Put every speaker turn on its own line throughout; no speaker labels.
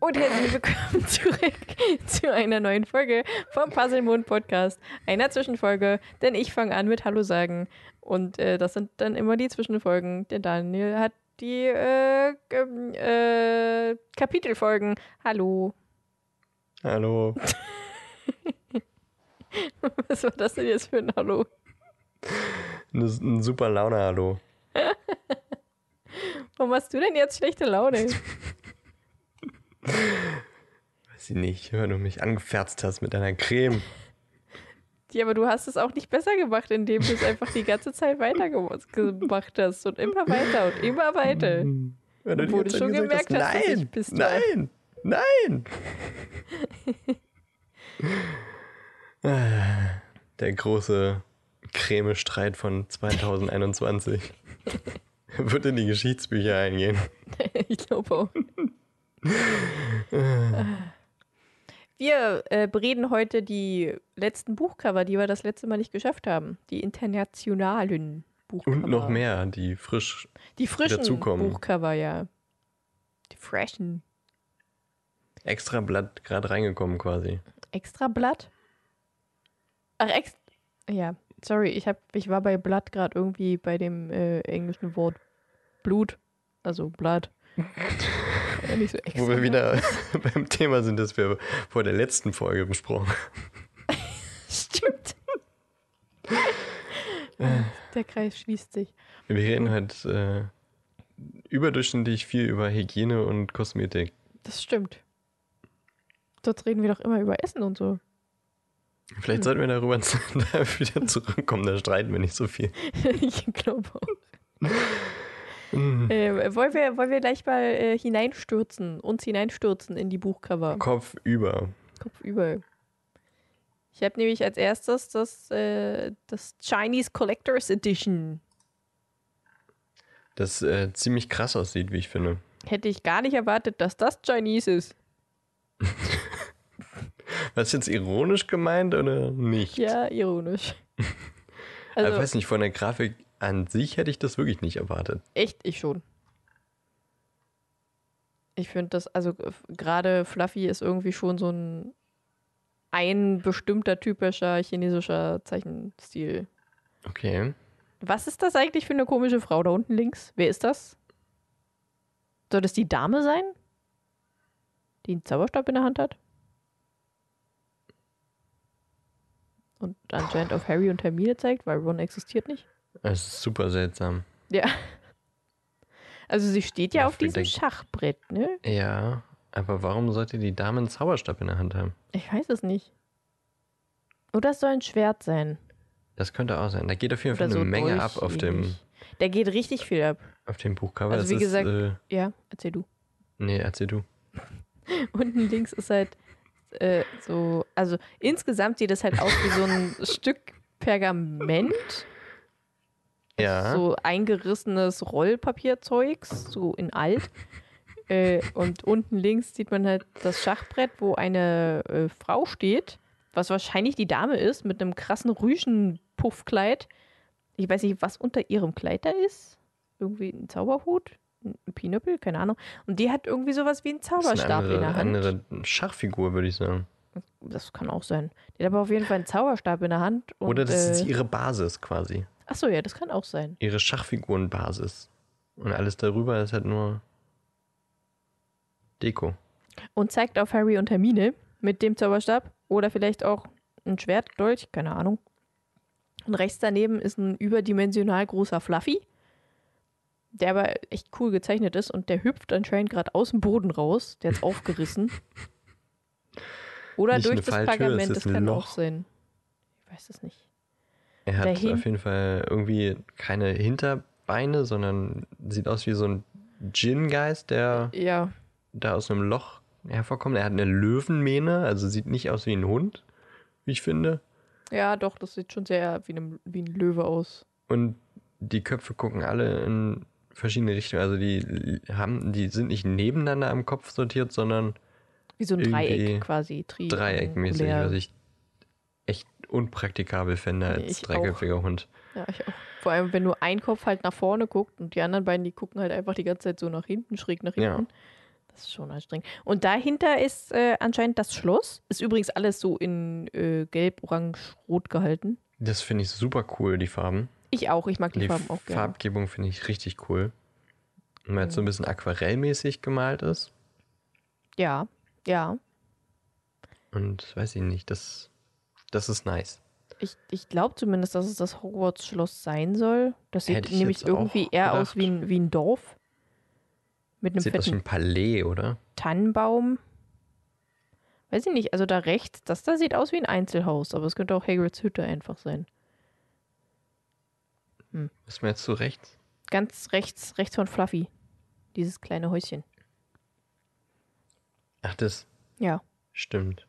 Und herzlich willkommen zurück zu einer neuen Folge vom Puzzle Moon Podcast. Einer Zwischenfolge, denn ich fange an mit Hallo sagen. Und äh, das sind dann immer die Zwischenfolgen. Der Daniel hat die äh, ähm, äh, Kapitelfolgen. Hallo.
Hallo.
Was war das denn jetzt für ein Hallo?
Ein, ein super Laune-Hallo.
Warum hast du denn jetzt schlechte Laune?
Weiß ich nicht, weil du mich angefärzt hast mit deiner Creme.
Ja, aber du hast es auch nicht besser gemacht, indem du es einfach die ganze Zeit weitergemacht hast und immer weiter und immer weiter.
Weil du die
Obwohl du
ganze Zeit
schon
gesagt
gemerkt hast, dass ich
nein,
pisst war.
nein, nein. Der große Cremestreit von 2021 wird in die Geschichtsbücher eingehen.
Ich glaube auch. Wir äh, bereden heute die letzten Buchcover, die wir das letzte Mal nicht geschafft haben. Die internationalen Buchcover.
Und noch mehr, die frisch.
Die frischen
dazukommen.
Buchcover, ja. Die freshen.
Extra Blatt gerade reingekommen quasi.
Extra Blatt? Ach, ex Ja, sorry, ich, hab, ich war bei Blatt gerade irgendwie bei dem äh, englischen Wort Blut. Also Blatt. Äh, Nicht so extra.
Wo wir wieder beim Thema sind, das wir vor der letzten Folge besprochen haben.
Stimmt. Der Kreis schließt sich.
Wir reden halt äh, überdurchschnittlich viel über Hygiene und Kosmetik.
Das stimmt. Dort reden wir doch immer über Essen und so.
Vielleicht sollten wir darüber zu- da wieder zurückkommen, da streiten wir nicht so viel.
ich glaube auch. Ähm, wollen, wir, wollen wir gleich mal äh, hineinstürzen, uns hineinstürzen in die Buchcover?
Kopf über.
Kopf über. Ich habe nämlich als erstes das, äh, das Chinese Collectors Edition.
Das äh, ziemlich krass aussieht, wie ich finde.
Hätte ich gar nicht erwartet, dass das Chinese ist.
War das jetzt ironisch gemeint oder nicht?
Ja, ironisch.
Also,
Also,
weiß nicht, von der Grafik an sich hätte ich das wirklich nicht erwartet.
Echt, ich schon. Ich finde das, also äh, f- gerade Fluffy ist irgendwie schon so ein ein bestimmter typischer chinesischer Zeichenstil.
Okay.
Was ist das eigentlich für eine komische Frau da unten links? Wer ist das? Soll das die Dame sein? Die einen Zauberstab in der Hand hat? Und anscheinend auf Harry und Hermine zeigt, weil Ron existiert nicht.
Das ist also super seltsam.
Ja. Also sie steht ja,
Ja,
auf diesem
vielleicht-
Schachbrett, ne?
Ja, aber warum sollte die Dame einen Zauberstab in der Hand haben?
Ich weiß es nicht. Oder es soll ein Schwert sein.
Das könnte auch sein. Da geht auf jeden
Oder
Fall eine
so
Menge ab auf dem,
durchsichtig. Der geht richtig viel ab.
auf dem Buchcover.
Also
Das
wie
ist,
gesagt-
Äh,
Ja, erzähl du.
nee, erzähl du.
Unten links ist halt äh, so, also insgesamt sieht es halt aus wie so ein Stück Pergament,
Ja.
so eingerissenes Rollpapierzeugs, so in alt. Äh, und unten links sieht man halt das Schachbrett, wo eine äh, Frau steht, was wahrscheinlich die Dame ist, mit einem krassen Rüschenpuffkleid. Ich weiß nicht, was unter ihrem Kleid da ist. Irgendwie ein Zauberhut, ein Pinöppel, keine Ahnung. Und die hat irgendwie sowas wie einen
Das ist
Zauberstab
eine andere,
in der Hand.
andere Schachfigur, würde ich sagen.
Das kann auch sein. Die hat aber auf jeden Fall einen Zauberstab in der Hand. Und,
Oder das
äh,
ist ihre Basis quasi.
Achso, ja, das kann auch sein.
Ihre Schachfigurenbasis. Und alles darüber ist halt nur Deko.
Und zeigt auf Harry und Hermine mit dem Zauberstab. Oder vielleicht auch ein Schwert, Dolch, keine Ahnung. Und rechts daneben ist ein überdimensional großer Fluffy, der aber echt cool gezeichnet ist und der hüpft anscheinend gerade aus dem Boden raus. Der ist aufgerissen. Oder
Nicht
durch
eine
das
Falltür,
Pergament,
es
das
ist ein
kann
Loch.
auch sein. Ich weiß es nicht.
Er hat
Dahin-
auf jeden Fall irgendwie keine Hinterbeine, sondern sieht aus wie so ein Djinn-Geist, der
Ja,
da aus einem Loch hervorkommt. Er hat eine Löwenmähne, also sieht nicht aus wie ein Hund, wie ich finde.
ja, doch, das sieht schon sehr wie, einem, wie ein Löwe aus.
Und die Köpfe gucken alle in verschiedene Richtungen. Also die haben, die sind nicht nebeneinander am Kopf sortiert, sondern
Wie so ein
Irgendwie
Dreieck quasi. Tri
dreieckmäßig, also
triangulär.
was ich echt unpraktikabel fände
Nee,
als
ich
dreiköpfiger Hund.
Ja, ich auch. Vor allem, wenn nur ein Kopf halt nach vorne guckt und die anderen beiden, die gucken halt einfach die ganze Zeit so nach hinten, schräg nach
Ja.
hinten. Das ist schon anstrengend. Und dahinter ist äh, anscheinend das Schloss. Ist übrigens alles so in äh, gelb, orange, rot gehalten.
Das finde ich super cool, die Farben.
Ich auch, ich mag die,
Die
Farben auch gerne. Mhm.
Farbgebung finde ich richtig cool. Und weil es so ein bisschen aquarellmäßig gemalt ist.
Ja, ja.
Und weiß ich nicht, das, das ist nice.
Ich, ich glaube zumindest, dass es das Hogwarts-Schloss sein soll. Das sieht
Hätte ich
nämlich
jetzt auch
irgendwie eher aus
gedacht.
wie ein, wie ein Dorf. Mit einem
Sieht aus wie
fetten
ein Palais, oder?
Tannenbaum. Weiß ich nicht, also da rechts, das da sieht aus wie ein Einzelhaus, aber es könnte auch Hagrids Hütte einfach sein.
Ist mir jetzt zu rechts?
Ganz rechts, rechts von Fluffy. Dieses kleine Häuschen.
Ach, das
Ja.
stimmt.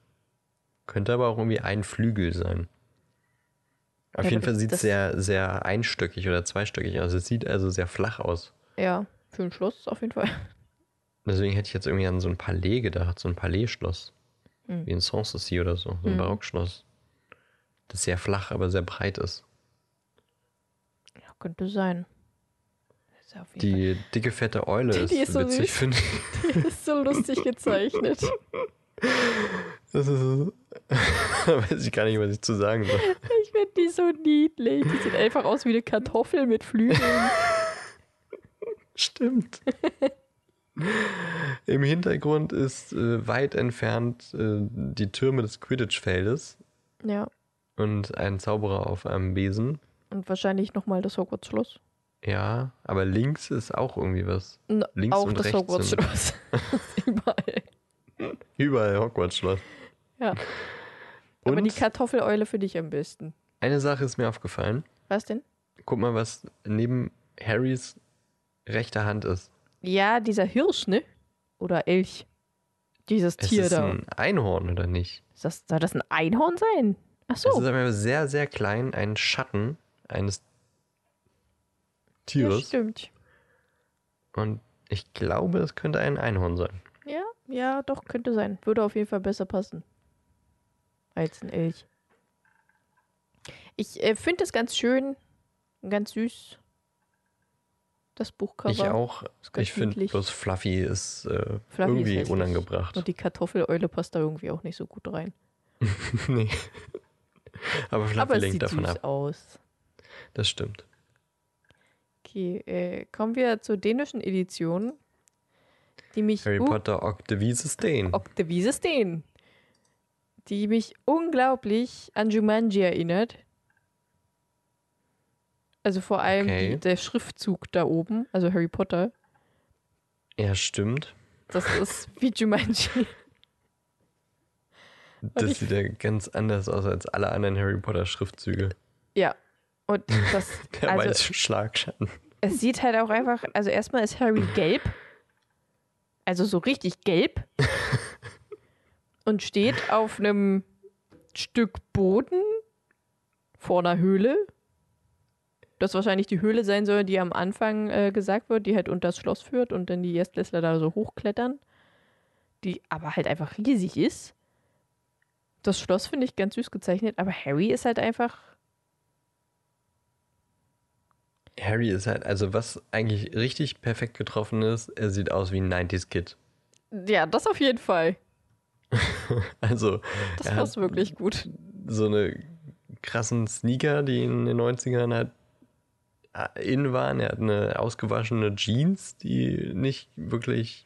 Könnte aber auch irgendwie ein Flügel sein. Auf
Ja,
jeden
aber
Fall
das-
sieht es
das-
sehr, sehr einstöckig oder zweistöckig aus. Es sieht also sehr flach aus.
Ja, für ein Schloss auf jeden Fall.
Deswegen hätte ich jetzt irgendwie an so ein Palais gedacht, so ein Palais-Schloss.
Hm.
Wie in Sanssouci oder so, so ein
Mhm.
Barockschloss. Das sehr flach, aber sehr breit ist.
Ja, könnte sein. Ist ja auf jeden Fall-
Die dicke, fette Eule
Die-
ist,
die ist so
witzig,
süß.
finde ich.
ist so lustig gezeichnet.
Das ist so. weiß ich gar nicht, was ich zu sagen soll.
Ich finde die so niedlich. Die sieht einfach aus wie eine Kartoffel mit Flügeln.
Stimmt. Im Hintergrund ist äh, weit entfernt äh, die Türme des Quidditch-Feldes
Ja.
und ein Zauberer auf einem Besen.
Und wahrscheinlich nochmal das Hogwarts-Schloss.
Ja, aber links ist auch irgendwie was.
N-
Links
auch
und
das
rechts sind-
Hogwarts-Schloss. Überall.
Überall Hogwarts-Schloss.
Ja. Aber die
Und
Kartoffeleule finde ich am besten.
eine Sache ist mir aufgefallen.
Was denn?
Guck mal, was neben Harrys rechter Hand ist.
Ja, dieser Hirsch, ne? Oder Elch. Dieses
Es
Tier
ist
da.
ein Einhorn, oder nicht?
Ist das, soll das ein Einhorn sein? Ach
Es ist
so.
aber sehr, sehr klein, ein Schatten eines
Ja,
Tieres.
stimmt.
und ich glaube, es könnte ein Einhorn sein.
Ja, ja, doch, könnte sein. Würde auf jeden Fall besser passen. Als ein Elch. Ich äh, finde das ganz schön und ganz süß. Das Buchcover.
ich auch.
Ist ganz
Ich finde
niedlich.
bloß Fluffy ist äh,
Fluffy ist
irgendwie
hässlich.
unangebracht.
Und die Kartoffeleule passt da irgendwie auch nicht so gut rein.
nee. Aber Fluffy
Aber es
lenkt
sieht
davon
süß
ab.
aus.
Das stimmt.
Okay, äh, kommen wir zur dänischen Edition, die mich
Harry
un-
Potter Octavise Stain.
Octaviese Steen, die mich unglaublich an Jumanji erinnert. Also vor allem
Okay.
die, der Schriftzug da oben, also Harry Potter,
ja, stimmt.
das ist wie Jumanji.
Das
ich-
sieht ja ganz anders aus als alle anderen Harry Potter Schriftzüge.
Ja. Und das,
Der
also
weiße Schlagschatten.
es sieht halt auch einfach, also erstmal ist Harry gelb, also so richtig gelb und steht auf einem Stück Boden vor einer Höhle. Das wahrscheinlich die Höhle sein soll, die am Anfang äh, gesagt wird, die halt unter das Schloss führt und dann die Erstklässler da so hochklettern, die aber halt einfach riesig ist. Das Schloss finde ich ganz süß gezeichnet, aber Harry ist halt einfach
Harry ist halt, also was eigentlich richtig perfekt getroffen ist, er sieht aus wie ein 90s Kid.
ja, das auf jeden Fall.
Also
Das
er hat
passt wirklich gut.
so eine krassen Sneaker, die in den 90ern halt ah, in waren. Er hat eine ausgewaschene Jeans, die nicht wirklich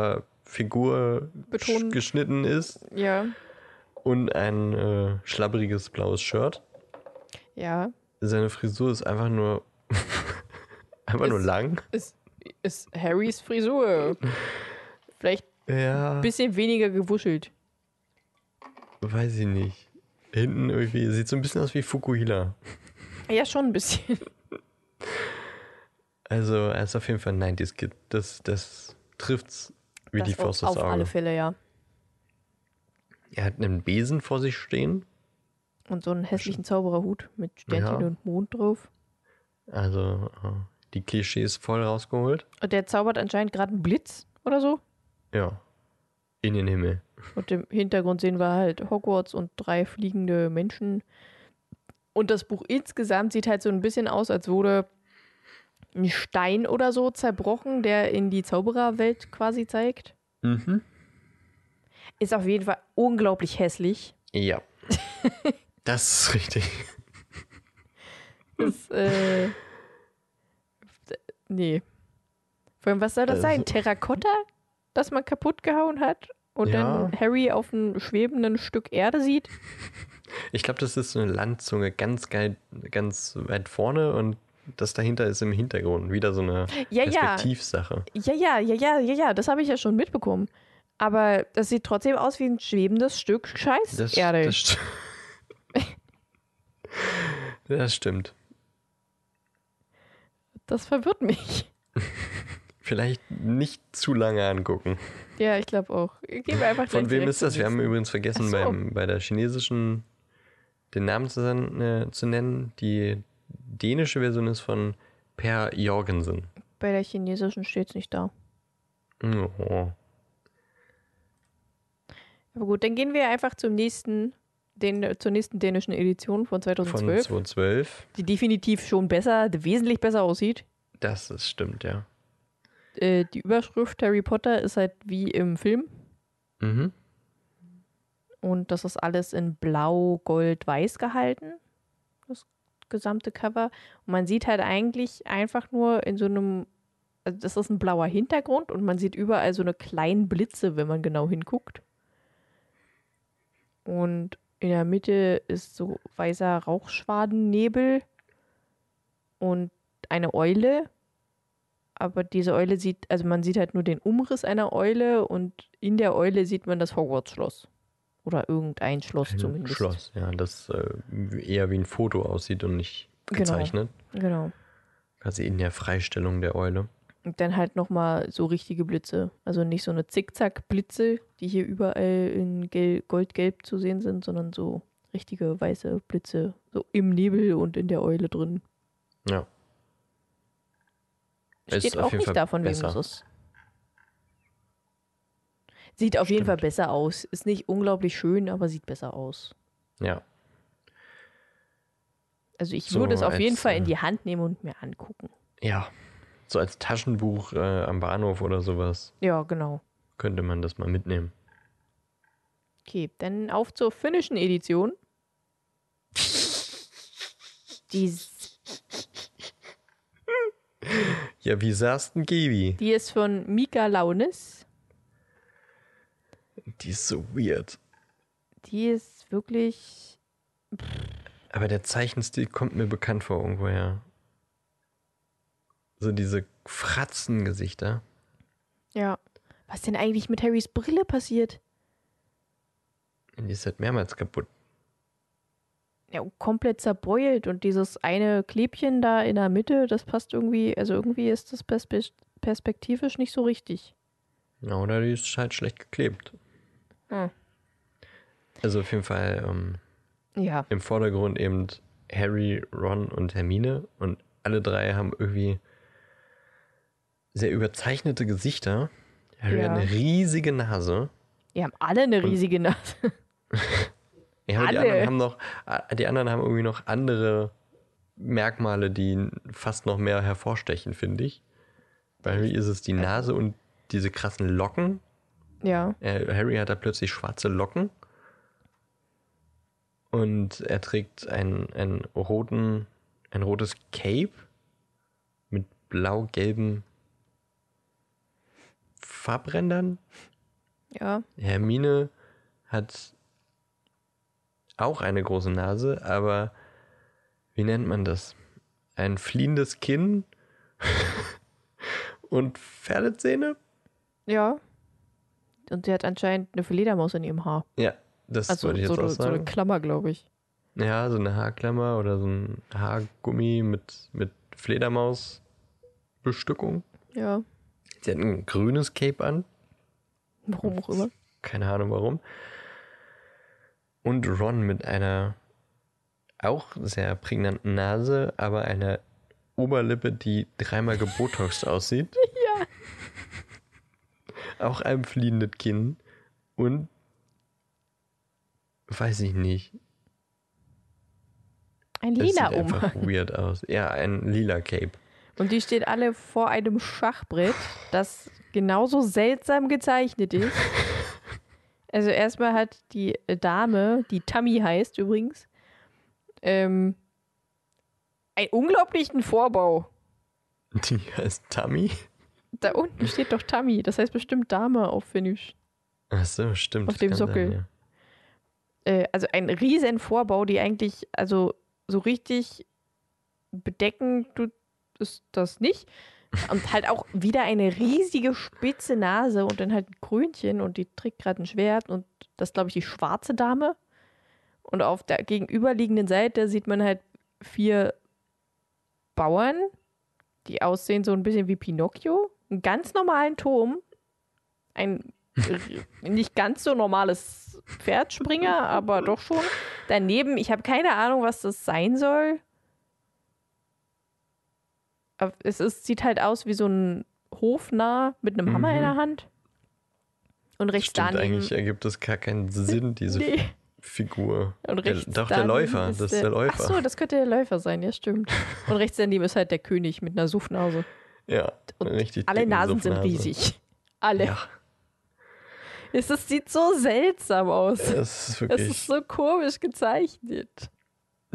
Körperfigur
Betonen.
geschnitten ist
Ja.
und ein äh, schlabberiges blaues Shirt.
Ja,
Seine Frisur ist einfach nur einfach nur
Ist-
lang.
ist, ist Harrys Frisur. Vielleicht
Ja.
ein bisschen weniger gewuschelt.
Weiß ich nicht. Hinten irgendwie sieht so ein bisschen aus wie Fukuhila.
Ja, schon ein bisschen.
Also er ist auf jeden Fall ein 90s Kid. Das, das trifft's wie die
auf-
Faust
Auf
aufs Auge.
alle Fälle, ja.
Er hat einen Besen vor sich stehen.
Und so einen hässlichen Zaubererhut mit Sternchen
Ja.
und Mond drauf.
Also äh, die Klischees voll rausgeholt.
Und der zaubert anscheinend gerade einen Blitz oder so.
Ja. In den Himmel.
Und im Hintergrund sehen wir halt Hogwarts und drei fliegende Menschen. Und das Buch insgesamt sieht halt so ein bisschen aus, als wurde einen Stein oder so zerbrochen, der in die Zaubererwelt quasi zeigt.
Mhm.
Ist auf jeden Fall unglaublich hässlich.
Ja. das ist richtig.
Das, äh, nee. Vor allem, was soll das
Also-
sein? Terrakotta, das man kaputt gehauen hat und
Ja.
dann Harry auf einem schwebenden Stück Erde sieht?
Ich glaube, das ist so eine Landzunge ganz geil, ganz weit vorne und das dahinter ist im Hintergrund. Wieder so eine
Ja, ja.
Perspektivsache.
Ja, ja, ja, ja, ja, ja, das habe ich ja schon mitbekommen. Aber das sieht trotzdem aus wie ein schwebendes Stück Scheiß
Das,
Erde.
das, st das stimmt.
das verwirrt mich.
Vielleicht nicht zu lange angucken.
Ja, ich glaube auch. Gehen wir einfach
Von
gleich
wem
direkt
ist das?
zum
Wir haben
nächsten.
übrigens vergessen,
Ach so.
beim, bei der chinesischen den Namen zu, sein, äh, zu nennen. Die dänische Version ist von Per Jorgensen.
Bei der chinesischen steht es nicht da.
Oh.
Aber gut, dann gehen wir einfach zum nächsten, den, zur nächsten dänischen Edition von
Von
2012,
2012.
die definitiv schon besser, wesentlich besser aussieht.
Das ist, stimmt, ja.
Äh, die Überschrift Harry Potter ist halt wie im Film
Mhm.
und das ist alles in blau, gold, weiß gehalten. Das gesamte Cover. Und man sieht halt eigentlich einfach nur in so einem, also das ist ein blauer Hintergrund und man sieht überall so eine kleinen Blitze, wenn man genau hinguckt. Und in der Mitte ist so weißer Rauchschwadennebel und eine Eule. Aber diese Eule sieht, also man sieht halt nur den Umriss einer Eule und in der Eule sieht man das Hogwarts-Schloss. Oder irgendein Schloss
Ein
zumindest.
Schloss, ja, das äh, eher wie ein Foto aussieht und nicht
Genau.
gezeichnet.
Genau.
Quasi in der Freistellung der Eule.
Und dann halt nochmal so richtige Blitze. Also nicht so eine Zickzack-Blitze, die hier überall in gel goldgelb zu sehen sind, sondern so richtige weiße Blitze. So im Nebel und in der Eule drin.
Ja. Ist
Steht
auf
auch
jeden
nicht
Fall
davon, wem
besser.
es ist. Sieht auf jeden Fall
Stimmt.
besser aus. Ist nicht unglaublich schön, aber sieht besser aus.
Ja.
Also ich
So
würde es auf jeden
als,
Fall in
äh,
die Hand nehmen und mir angucken.
Ja. So als Taschenbuch äh, am Bahnhof oder sowas
Ja, genau.
könnte man das mal mitnehmen.
Okay, dann auf zur finnischen Edition. Die s-
Ja, wie saß denn Gebi?
Die ist von Mika Launis.
Die ist so weird.
Die ist wirklich.
Aber der Zeichenstil kommt mir bekannt vor irgendwoher. So diese Fratzengesichter.
Ja. Was denn eigentlich mit Harrys Brille passiert?
Die ist halt mehrmals kaputt.
Ja, komplett zerbeult und dieses eine Klebchen da in der Mitte, das passt irgendwie, also irgendwie ist das perspe- perspektivisch nicht so richtig.
Ja, oder die ist halt schlecht geklebt.
Hm.
Also auf jeden Fall ähm,
Ja.
im Vordergrund eben Harry, Ron und Hermine und alle drei haben irgendwie sehr überzeichnete Gesichter. Harry
Ja.
hat eine riesige Nase.
Die haben alle eine riesige Nase.
Ja, aber die
Alle.
anderen haben noch, äh, die anderen haben irgendwie noch andere Merkmale, die fast noch mehr hervorstechen, finde ich. Bei Harry ist es die Nase und diese krassen Locken.
Ja.
Äh, Harry hat da plötzlich schwarze Locken. Und er trägt einen, einen roten, ein rotes Cape mit blau-gelben Farbrändern.
Ja.
Hermine hat auch eine große Nase, aber wie nennt man das? Ein fliehendes Kinn und Pferdezähne?
Ja. Und sie hat anscheinend eine Fledermaus in ihrem Haar.
Ja, das
Also
würde ich jetzt
so,
auch
eine- so eine
sagen.
Klammer, glaube ich.
ja, so eine Haarklammer oder so ein Haargummi mit, mit Fledermausbestückung.
Ja.
Sie hat ein grünes Cape an.
Warum
Hm.
auch immer.
Keine Ahnung warum. Und Ron mit einer auch sehr prägnanten Nase, aber einer Oberlippe, die dreimal gebotoxt aussieht. Ja. Auch einem fliehenden Kinn. Und weiß ich nicht.
Ein
Es sieht
lila Umhang.
einfach weird aus. Ja, ein lila Cape.
Und die steht alle vor einem Schachbrett, das genauso seltsam gezeichnet ist. Also erstmal hat die äh, Dame, die Tammy heißt übrigens, ähm, einen unglaublichen Vorbau.
Die heißt Tammy.
Da unten steht doch Tammy, das heißt bestimmt Dame auf Finnisch.
Ach so, stimmt.
Auf
das
dem
kann
Sockel.
ja.
Äh, also ein riesen Vorbau, die eigentlich, also so richtig bedecken tut ist das nicht. Und halt auch wieder eine riesige spitze Nase und dann halt ein Krönchen und die trägt gerade ein Schwert und das ist, glaube ich, die schwarze Dame. Und auf der gegenüberliegenden Seite sieht man halt vier Bauern, die aussehen so ein bisschen wie Pinocchio. Einen ganz normalen Turm, ein r- nicht ganz so normales Pferdspringer, aber doch schon. Daneben, ich habe keine Ahnung, was das sein soll. Aber Es ist, sieht halt aus wie so ein Hofnarr mit einem Hammer in
Mhm.
der Hand. Und rechts
Stimmt,
daneben.
eigentlich ergibt das gar keinen Sinn, diese
Nee.
Figur.
Und
Der,
rechts
doch, der
daneben
Läufer.
ist
Das ist der
Ach so,
Läufer.
das könnte der Läufer sein, ja, stimmt. Und rechts daneben ist halt der König mit einer Suffnase.
Ja,
Und
richtig.
Alle
dicke
Nasen sind
Suffnase.
riesig. Alle.
Ja,
Es, das sieht so seltsam aus.
das ist
Es
wirklich.
ist so komisch gezeichnet.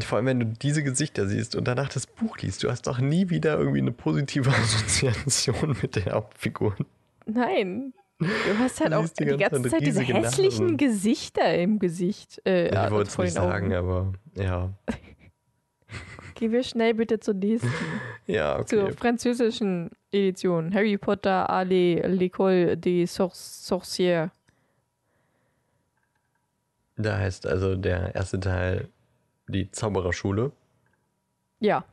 Vor allem, wenn du diese Gesichter siehst und danach das Buch liest, du hast doch nie wieder irgendwie eine positive Assoziation mit den Hauptfiguren.
Nein. Du hast halt
Du
auch
siehst die
die
ganze
ganze
Zeit
Zeit diese
riesige
hässlichen
Nasen.
Gesichter im Gesicht. Äh,
ich
ja,
wollte es
vor
nicht
den Augen.
sagen, aber ja.
Gehen wir schnell bitte zur nächsten.
Ja, okay.
Zur französischen Edition. Harry Potter à l'é- l'école des sor sorcières.
Da heißt also der erste Teil die Zaubererschule
Ja,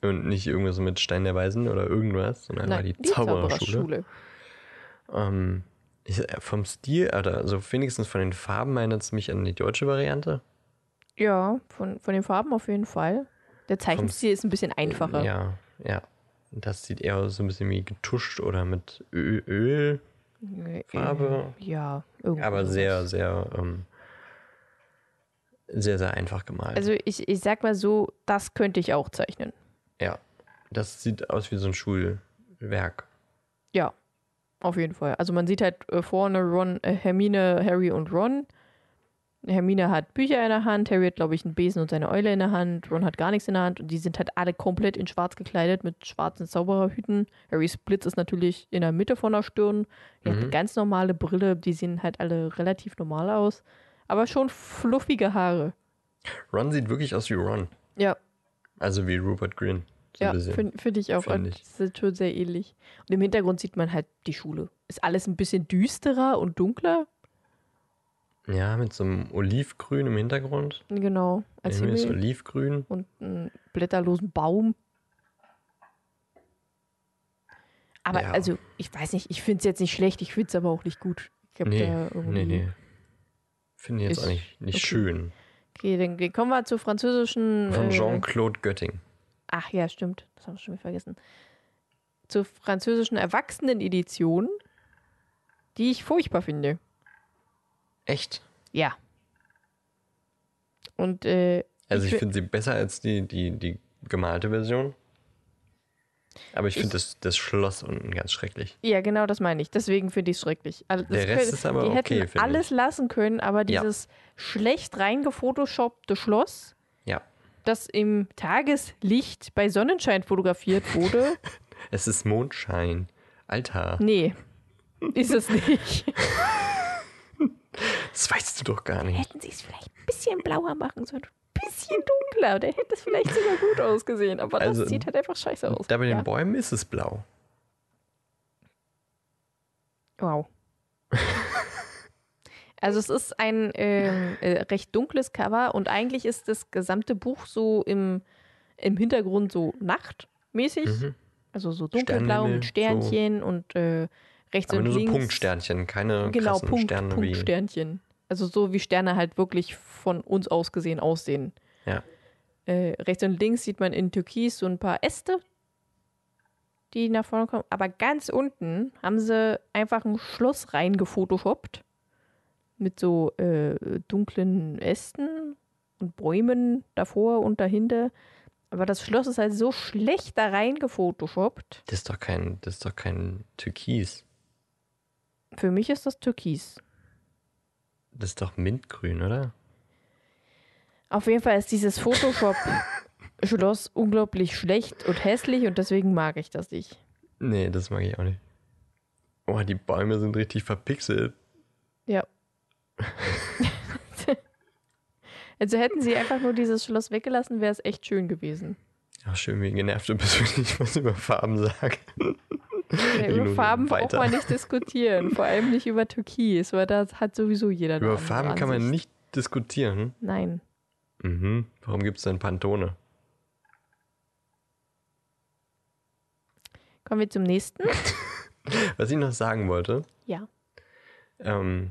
und nicht irgendwas mit Stein der Weisen oder irgendwas, sondern
nein,
einfach die, Zaubererschule. Ähm, ich, äh, vom Stil, oder also wenigstens von den Farben erinnert es mich an die deutsche Variante.
Ja, von, von den Farben auf jeden Fall. Der Zeichenstil ist ein bisschen einfacher.
Ja, ja. Das sieht eher so ein bisschen wie getuscht oder mit Ö- Öl,
Äh,
Farbe.
Ja, irgendwie.
aber
sowas.
sehr, sehr, ähm, sehr, sehr einfach gemalt.
Also ich, ich sag mal so, das könnte ich auch zeichnen.
ja, das sieht aus wie so ein Schulwerk.
Ja, auf jeden Fall. Also man sieht halt äh, vorne Ron, äh, Hermine, Harry und Ron. Hermine hat Bücher in der Hand, Harry hat, glaube ich, einen Besen und seine Eule in der Hand, Ron hat gar nichts in der Hand und die sind halt alle komplett in schwarz gekleidet mit schwarzen Zaubererhüten. Harrys Blitz ist natürlich in der Mitte von der Stirn. Er hat eine
Mhm.
ganz normale Brille, die sehen halt alle relativ normal aus, aber schon fluffige Haare.
Ron sieht wirklich aus wie Ron.
Ja,
Also wie Rupert Green. So
ja
ein bisschen.
finde find ich auch.
Find
Und
ich.
Das ist schon sehr ähnlich. Und im Hintergrund sieht man halt die Schule. Ist alles ein bisschen düsterer und dunkler,
Ja, mit so einem Olivgrün im Hintergrund.
Genau, als
Irgendwie ist
Himmel
Olivgrün.
und einen blätterlosen Baum. Aber
Ja.
also, ich weiß nicht, ich finde es jetzt nicht schlecht, ich finde es aber auch nicht gut. Ich hab da
Nee,
irgendwie...
nee, nee. Finde ich jetzt
Ist-
auch nicht, nicht
okay.
schön.
Okay, dann gehen- kommen wir zur französischen.
Von
äh,
Jean-Claude Götting.
Ach ja, stimmt, das haben wir schon wieder vergessen. Zur französischen Erwachsenen-Edition, die ich furchtbar finde.
Echt?
Ja. Und äh,
Also ich,
fi-
finde sie besser als die, die, die gemalte Version. Aber ich,
Ich-
finde das, das Schloss unten ganz schrecklich.
Ja, genau das meine ich. Deswegen finde ich es schrecklich. Also, das
Der Rest
könnte-
ist aber
die
okay,
hätten
finde ich.
alles lassen können, aber
Ja.
dieses schlecht reingefotoshoppte Schloss,
Ja.
das im Tageslicht bei Sonnenschein fotografiert wurde,
Es ist Mondschein. Alter,
nee, ist es nicht.
das weißt du doch gar nicht.
hätten sie es vielleicht ein bisschen blauer machen sollen, ein bisschen dunkler, dann hätte es vielleicht sogar gut ausgesehen. Aber das
Also,
sieht halt einfach scheiße aus.
Da bei den
ja.
Bäumen ist es blau.
Wow. Also es ist ein ähm, äh, recht dunkles Cover und eigentlich ist das gesamte Buch so im, im Hintergrund so nachtmäßig.
Mhm.
Also so dunkelblau mit
Sternenhimmel, so.
Sternchen und äh, rechts
Aber
und
nur so
links.
Punktsternchen, keine
Genau,
ne, krassen
Punkt,
Sterne
Punkt,
wie.
Sternchen. Also so wie Sterne halt wirklich von uns aus gesehen aussehen.
Ja.
Äh, rechts und links sieht man in Türkis so ein paar Äste, die nach vorne kommen. Aber ganz unten haben sie einfach ein Schloss reingefotoshoppt. Mit so äh, dunklen Ästen und Bäumen davor und dahinter. Aber das Schloss ist halt so schlecht da reingefotoshoppt.
Das ist doch kein, das ist doch kein Türkis.
Für mich ist das Türkis.
Das ist doch Mintgrün, oder?
Auf jeden Fall ist dieses Photoshop-Schloss unglaublich schlecht und hässlich und deswegen mag ich das nicht.
Nee, das mag ich auch nicht. Oh, die Bäume sind richtig verpixelt.
Ja. also hätten sie einfach nur dieses Schloss weggelassen, wäre es echt schön gewesen.
Ach, schön, wie genervt du bist, wenn ich was über Farben sage.
Ja, über
Ignorieren.
Farben braucht
Weiter.
man nicht diskutieren, vor allem nicht über Türkis, weil da hat sowieso jeder eine
Über
andere
Farben kann man
Ansicht.
nicht diskutieren.
Nein.
Mhm. Warum gibt es denn Pantone?
Kommen wir zum nächsten.
Was ich noch sagen wollte,
Ja.
ähm,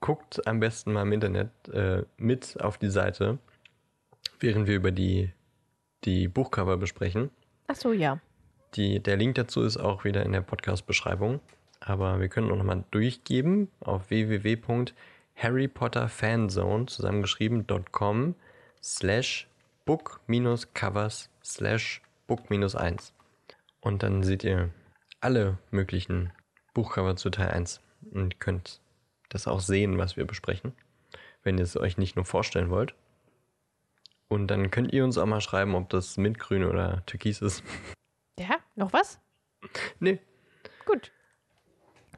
guckt am besten mal im Internet äh, mit auf die Seite, während wir über die, die Buchcover besprechen.
Ach so, ja.
Die, der Link dazu ist auch wieder in der Podcast-Beschreibung. Aber wir können auch nochmal durchgeben auf www.harrypotterfanzone zusammengeschrieben.com slash book-covers slash book-1. Und dann seht ihr alle möglichen Buchcover zu Teil 1 und könnt das auch sehen, was wir besprechen, wenn ihr es euch nicht nur vorstellen wollt. Und dann könnt ihr uns auch mal schreiben, ob das mintgrün oder türkis ist.
Ja, noch was?
Nee,
Gut.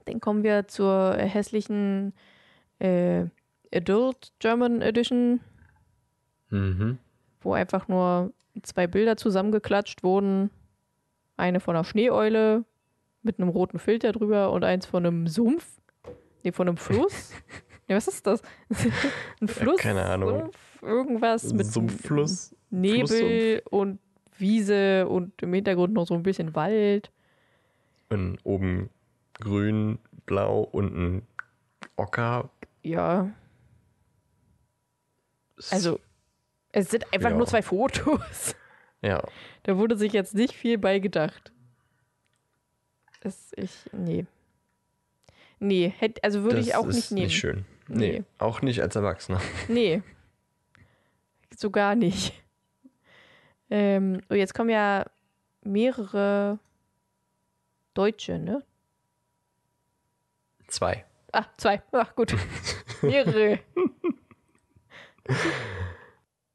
Dann kommen wir zur hässlichen äh, Adult German Edition,
Mhm.
wo einfach nur zwei Bilder zusammengeklatscht wurden. Eine von einer Schneeeule mit einem roten Filter drüber und eins von einem Sumpf. Nee, von einem Fluss. nee, was ist das? Ein Fluss?
keine Ahnung.
Sumpf, irgendwas mit
Sumpffluss.
Nebel und Wiese und im Hintergrund noch so ein bisschen Wald.
Und oben grün, blau, unten ocker.
Ja,
S-
Also, es sind einfach
Ja.
nur zwei Fotos.
Ja,
Da wurde sich jetzt nicht viel bei gedacht. Das ich, nee. Nee, hätte, also würde
das
ich auch
ist
nicht nehmen.
nicht schön. Nee,
Nee.
auch nicht als Erwachsener.
Nee. So gar nicht. Ähm, und jetzt kommen ja mehrere Deutsche, ne?
Zwei.
Ah, zwei. Ach, gut. mehrere.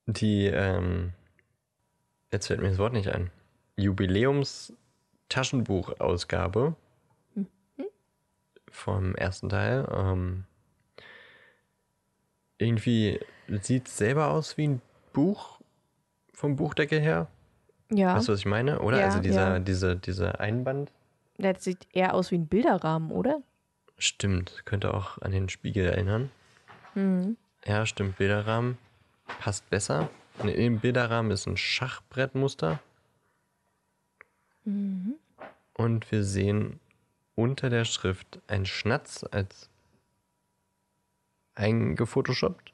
Die, ähm, jetzt fällt mir das Wort nicht ein. Jubiläums-Taschenbuchausgabe
Mhm.
vom ersten Teil. Ähm, irgendwie sieht es selber aus wie ein Buch vom Buchdeckel her.
Ja,
Weißt du, was ich meine? Oder?
Ja,
also dieser,
ja.
dieser, dieser Einband.
das sieht eher aus wie ein Bilderrahmen, oder?
Stimmt, könnte auch an den Spiegel erinnern.
Mhm.
Ja, stimmt, Bilderrahmen passt besser. Und Im Bilderrahmen ist ein Schachbrettmuster
Mhm.
und wir sehen unter der Schrift ein Schnatz als eingefotoshoppt,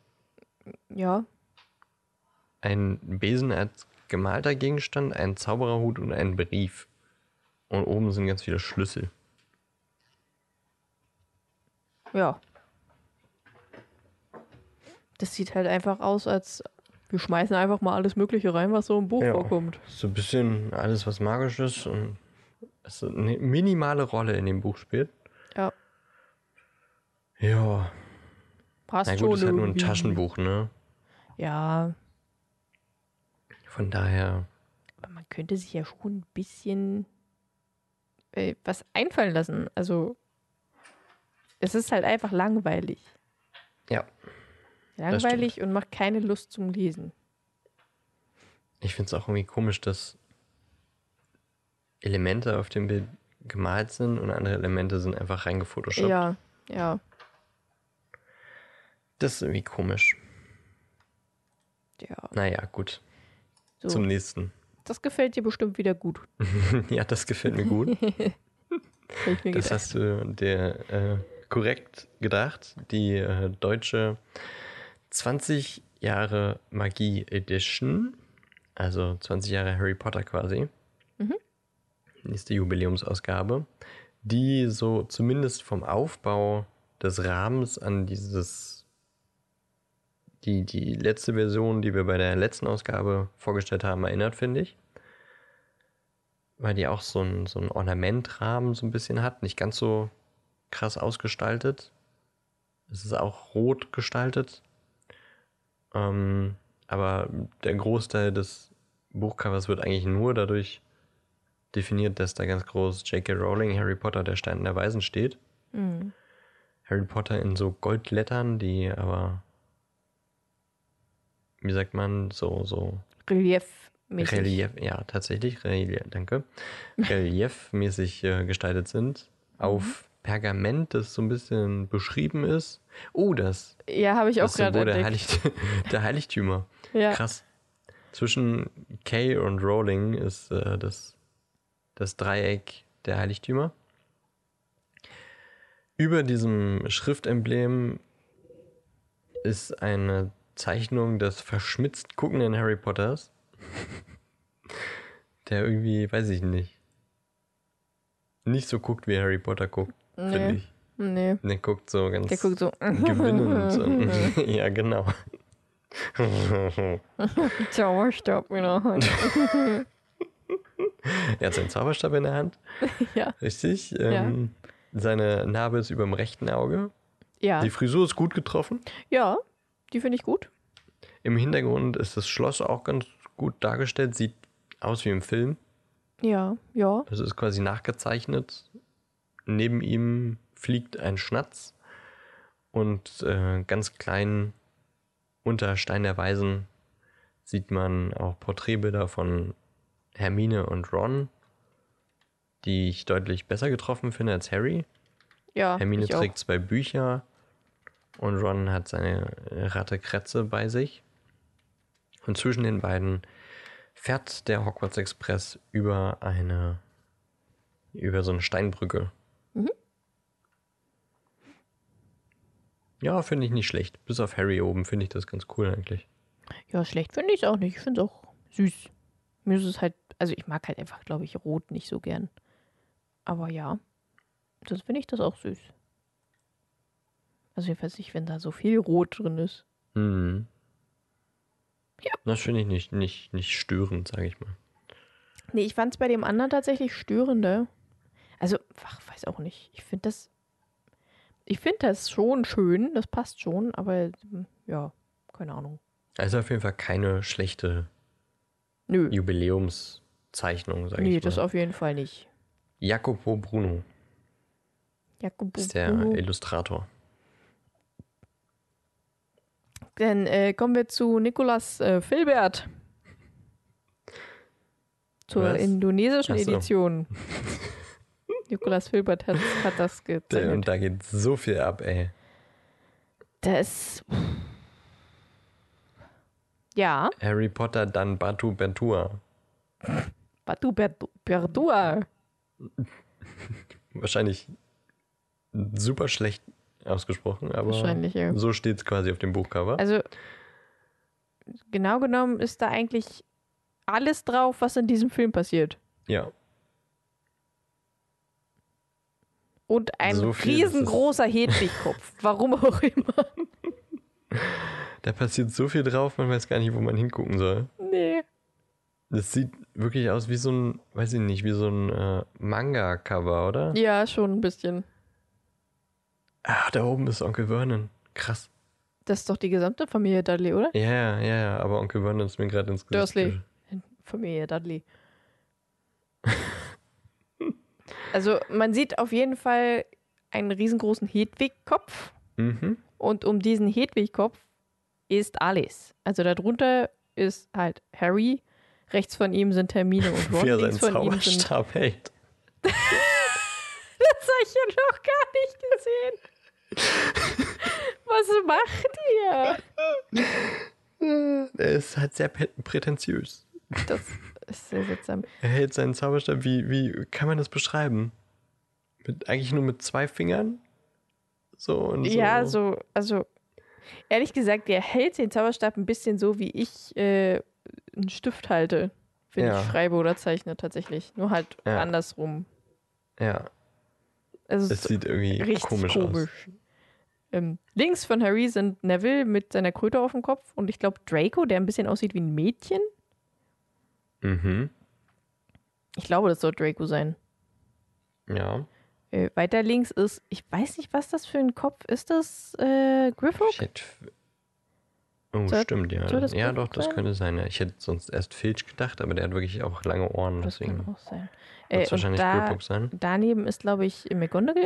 Ja,
ein Besen als gemalter Gegenstand, ein Zaubererhut und ein Brief. Und oben sind ganz viele Schlüssel.
Ja. Das sieht halt einfach aus, als wir schmeißen einfach mal alles Mögliche rein, was so im Buch
Ja.
vorkommt.
So ein bisschen alles, was magisch ist und es eine minimale Rolle in dem Buch spielt.
Ja,
Ja,
passt
na
schon.
gut, es ist halt nur ein
irgendwie.
Taschenbuch, ne?
Ja,
Von daher,
aber man könnte sich ja schon ein bisschen äh, was einfallen lassen. Also, es ist halt einfach langweilig.
ja, stimmt.
Langweilig und macht keine Lust zum Lesen.
ich finde es auch irgendwie komisch, dass Elemente auf dem Bild gemalt sind und andere Elemente sind einfach reingefotoshoppt.
Ja, ja.
Das ist irgendwie komisch.
Ja,
Naja, gut.
so.
Zum nächsten.
Das gefällt dir bestimmt wieder gut.
ja, das gefällt mir gut.
hab Ich mir
Das
gedacht.
hast du dir äh, korrekt gedacht. Die äh, deutsche 20 Jahre Magie Edition, also 20 Jahre Harry Potter quasi,
Mhm.
ist die Jubiläumsausgabe, die so zumindest vom Aufbau des Rahmens an dieses die, die letzte Version, die wir bei der letzten Ausgabe vorgestellt haben, erinnert, finde ich. Weil die auch so einen so einen Ornamentrahmen so ein bisschen hat, nicht ganz so krass ausgestaltet. Es ist auch rot gestaltet. Ähm, aber der Großteil des Buchcovers wird eigentlich nur dadurch definiert, dass da ganz groß J.K. Rowling, Harry Potter, der Stein der Weisen steht.
Hm.
Harry Potter in so Goldlettern, die aber, wie sagt man, so, so
Reliefmäßig.
Relief, ja, tatsächlich, Relief, danke, reliefmäßig äh, gestaltet sind, auf
Mhm.
Pergament, das so ein bisschen beschrieben ist. Oh, das,
Ja, habe ich auch
das
gerade
Symbol der,
entdeckt.
Heiligt der Heiligtümer.
Ja.
Krass. Zwischen Kay und Rowling ist äh, das, das Dreieck der Heiligtümer. Über diesem Schriftemblem ist eine Zeichnung des verschmitzt guckenden Harry Potters. Der irgendwie, weiß ich nicht, nicht so guckt, wie Harry Potter guckt, finde
Nee.
ich.
Nee,
Der guckt so ganz
der guckt so.
gewinnend. und, ja, genau.
Zauberstab in der Hand.
Er hat seinen Zauberstab in der Hand,
ja.
richtig. Ähm, Seine Narbe ist über dem rechten Auge.
Ja.
Die Frisur ist gut getroffen.
ja, die finde ich gut.
Im Hintergrund ist das Schloss auch ganz gut dargestellt. Sieht aus wie im Film.
Ja, ja.
Das ist quasi nachgezeichnet. Neben ihm fliegt ein Schnatz. Und äh, ganz klein unter Stein der Weisen sieht man auch Porträtbilder von Hermine und Ron, die ich deutlich besser getroffen finde als Harry.
Ja,
Hermine
ich auch.
trägt zwei Bücher und Ron hat seine Ratte Kretze bei sich. Und zwischen den beiden fährt der Hogwarts Express über eine über so eine Steinbrücke.
Mhm.
Ja, finde ich nicht schlecht. Bis auf Harry oben finde ich das ganz cool eigentlich.
Ja, schlecht finde ich es auch nicht. Ich finde es auch süß. Mir ist es halt, also ich mag halt einfach, glaube ich, rot nicht so gern. Aber ja, das finde ich das auch süß. Also jedenfalls nicht, wenn da so viel rot drin ist.
Hm.
Ja.
Das finde ich nicht, nicht, nicht störend, sage ich mal.
Nee, ich fand es bei dem anderen tatsächlich störender. Also, ach, weiß auch nicht. Ich finde das, ich finde das schon schön, das passt schon, aber hm, ja, keine Ahnung.
Also auf jeden Fall keine schlechte
Nö,
Jubiläumszeichnung, sage
nee,
ich mal.
das auf jeden Fall nicht.
Jacopo Bruno
Jakob,
ist der Illustrator.
Dann äh, kommen wir zu Nicolas äh, Filbert. Zur
Was?
indonesischen
Ach so.
Edition. Nicolas Filbert hat, hat das
Der, und
gezeichnet.
da geht so viel ab, ey.
Da ist. Ja,
Harry Potter, dann Batu Bentua.
Batu Berdu- Berdua.
Wahrscheinlich super schlecht ausgesprochen, aber
Wahrscheinlich, ja.
so steht es quasi auf dem Buchcover.
Also, genau genommen ist da eigentlich alles drauf, was in diesem Film passiert.
ja,
Und ein
So viel, das ist-
riesengroßer Hedwigkopf. Warum auch immer.
da passiert so viel drauf, man weiß gar nicht, wo man hingucken soll.
Nee.
Das sieht wirklich aus wie so ein, weiß ich nicht, wie so ein äh, Manga-Cover, oder?
Ja, schon ein bisschen.
Ah, da oben ist Onkel Vernon. Krass.
Das ist doch die gesamte Familie Dudley, oder?
Ja, ja, ja, ja, aber Onkel Vernon ist mir gerade ins Gesicht.
Dursley.
gesch-
Familie Dudley. also man sieht auf jeden Fall einen riesengroßen Hedwig-Kopf
Mhm.
und um diesen Hedwig-Kopf ist alles. Also darunter ist halt Harry, rechts von ihm sind Hermine und Ron,
Wie er seinen
links Oh von ihm sind...
Zauberstab hält.
Das habe ich ja noch gar nicht gesehen. Was macht ihr?
Er ist halt sehr prä- prätentiös.
Das ist sehr seltsam.
Er hält seinen Zauberstab, wie, wie kann man das beschreiben? Mit, eigentlich nur mit zwei Fingern? So und so.
Ja, so, also ehrlich gesagt, der hält den Zauberstab ein bisschen so, wie ich äh, einen Stift halte, wenn
Ja.
ich schreibe oder zeichne tatsächlich. Nur halt
Ja.
andersrum.
Ja,
Also es
es
ist
sieht irgendwie
richtig
komisch,
komisch. Ähm, links von Harry sind Neville mit seiner Kröte auf dem Kopf und ich glaube Draco, der ein bisschen aussieht wie ein Mädchen.
Mhm.
Ich glaube, das soll Draco sein.
Ja.
Äh, weiter links ist, ich weiß nicht, was das für ein Kopf ist. Das äh, Griffo?
Ich hätte. f- Oh,
Soll-
stimmt, ja.
soll das
ja,
Griffo
doch, das
sein?
könnte sein. Ja. Ich hätte sonst erst Filch gedacht, aber der hat wirklich auch lange Ohren,
Das
deswegen
kann auch sein.
wird
Äh,
es
und
wahrscheinlich
da,
Griphook sein.
daneben ist, glaube ich, McGonagall.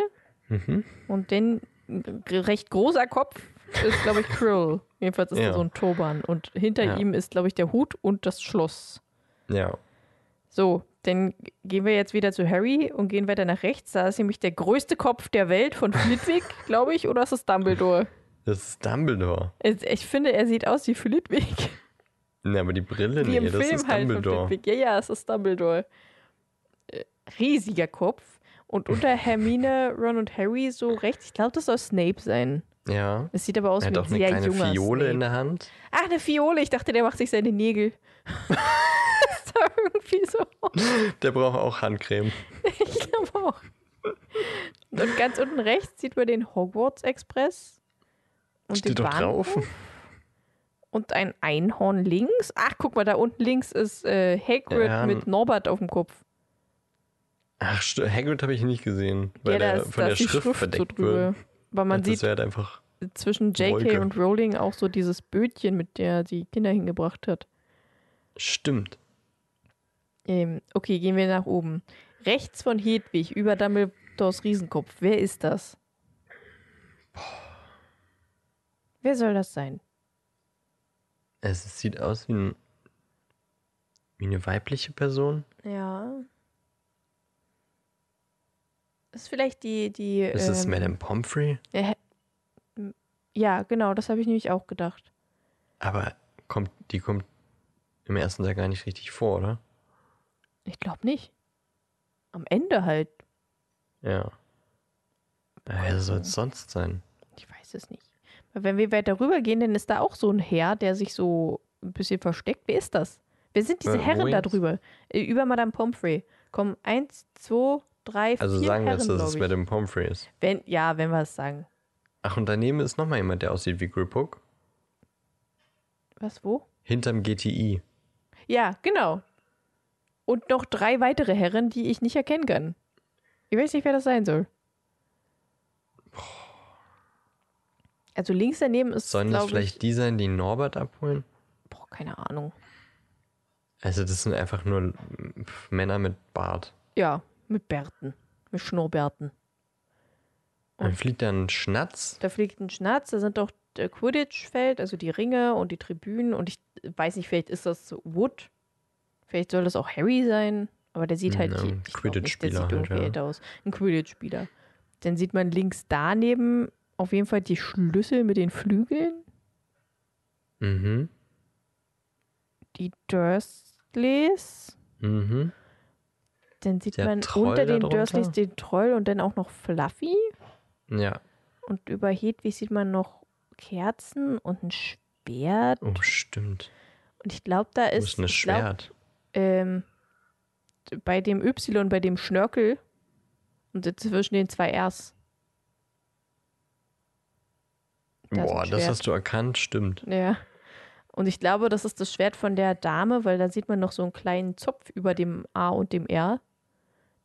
Mhm.
Und den g- recht großer Kopf ist, glaube ich, Krill. Jedenfalls ist
Ja.
da so ein Turban. Und hinter
Ja.
ihm ist, glaube ich, der Hut und das Schloss.
Ja.
So, dann g- gehen wir jetzt wieder zu Harry und gehen weiter nach rechts. Da ist nämlich der größte Kopf der Welt von Flitwick, glaube ich, oder ist es Dumbledore?
Das ist Dumbledore.
Ich, ich finde, er sieht aus wie Flitwick.
Ja, aber die Brille,
Wie
nee,
im
das
Film
ist
halt
Dumbledore.
von Flitwick. Ja, ja, es ist Dumbledore. Äh, Riesiger Kopf. Und unter Hermine, Ron und Harry so rechts. Ich glaube, das soll Snape sein.
ja.
Es sieht aber aus
Er
wie
hat
ein
auch eine
sehr
kleine
junger
Fiole
Snape.
in der Hand.
Ach, eine Fiole. Ich dachte, der macht sich seine Nägel. ist da irgendwie so.
Der braucht auch Handcreme.
Ich glaube auch. Und ganz unten rechts sieht man den Hogwarts Express. Und
Steht
den
doch
Bahnhof
drauf.
Und ein Einhorn links. Ach, guck mal, da unten links ist äh, Hagrid
Ja,
mit Norbert auf dem Kopf.
Ach, st- Hagrid habe ich nicht gesehen, weil
ja, da
der
ist, da
von der
ist die
Schrift,
Schrift so
verdeckt
drüber.
wird.
Aber man
das
sieht
wäre halt einfach.
zwischen JK
Wolke.
und Rowling auch so dieses Bötchen, mit der die Kinder hingebracht hat.
Stimmt.
Ähm, okay, gehen wir nach oben. Rechts von Hedwig über Dumbledores Riesenkopf. Wer ist das? Wer soll das sein?
Es sieht aus wie, ein, wie eine weibliche Person.
Ja. Ist vielleicht die, die.
Ist es
ähm,
Madame Pomfrey?
äh, m- Ja, genau, das habe ich nämlich auch gedacht.
Aber kommt, die kommt im ersten Teil gar nicht richtig vor, oder?
Ich glaube nicht. Am Ende halt.
Ja. Na, Wer soll es sonst sein?
Ich weiß es nicht. Aber wenn wir weiter rüber gehen, dann ist da auch so ein Herr, der sich so ein bisschen versteckt. Wer ist das? Wer sind diese
Äh, wo
Herren da
jetzt?
drüber? Äh, über Madame Pomfrey. Kommen eins, zwei, drei, vier
Also sagen wir
Herren,
jetzt, dass es
glaub ich.
Madame Pomfrey ist.
Wenn, ja, wenn wir es sagen.
Ach, und daneben ist nochmal jemand, der aussieht wie Griphook.
Was, wo?
Hinterm GTI.
Ja, genau. Und noch drei weitere Herren, die ich nicht erkennen kann. Ich weiß nicht, wer das sein soll. Also links daneben ist,
Sollen das
glaube
vielleicht
ich,
die sein, die Norbert abholen?
boah, keine Ahnung.
Also, das sind einfach nur pf, Männer mit Bart.
Ja, mit Bärten. Mit Schnurrbärten. Ah.
Dann fliegt da ein Schnatz.
Da fliegt ein Schnatz, da sind doch der Quidditch-Feld, also die Ringe und die Tribünen. Und ich äh, weiß nicht, vielleicht ist das Wood. Vielleicht soll das auch Harry sein. Aber der sieht halt.
Ja,
je-
ein
ich glaub nicht,
Quidditch-Spieler
Der sieht
halt,
irgendwie
ja.
älter aus. Ein Quidditch-Spieler. Dann sieht man links daneben auf jeden Fall die Schlüssel mit den Flügeln.
Mhm.
Die Dursleys.
Mhm.
Dann sieht
Der
man
Troll
unter den
darunter?
Dursleys den Troll und dann auch noch Fluffy.
Ja.
Und über Hedwig sieht man noch Kerzen und ein Schwert.
Oh, stimmt.
Und ich glaube, da
Wo
ist.
ist denn das
ich glaub,
Schwert?
ähm, bei dem Y, bei dem Schnörkel und zwischen den zwei Rs. da ist ein
Boah, das
Schwert.
hast du erkannt, stimmt.
Ja. Und ich glaube, das ist das Schwert von der Dame, weil da sieht man noch so einen kleinen Zopf über dem A und dem R.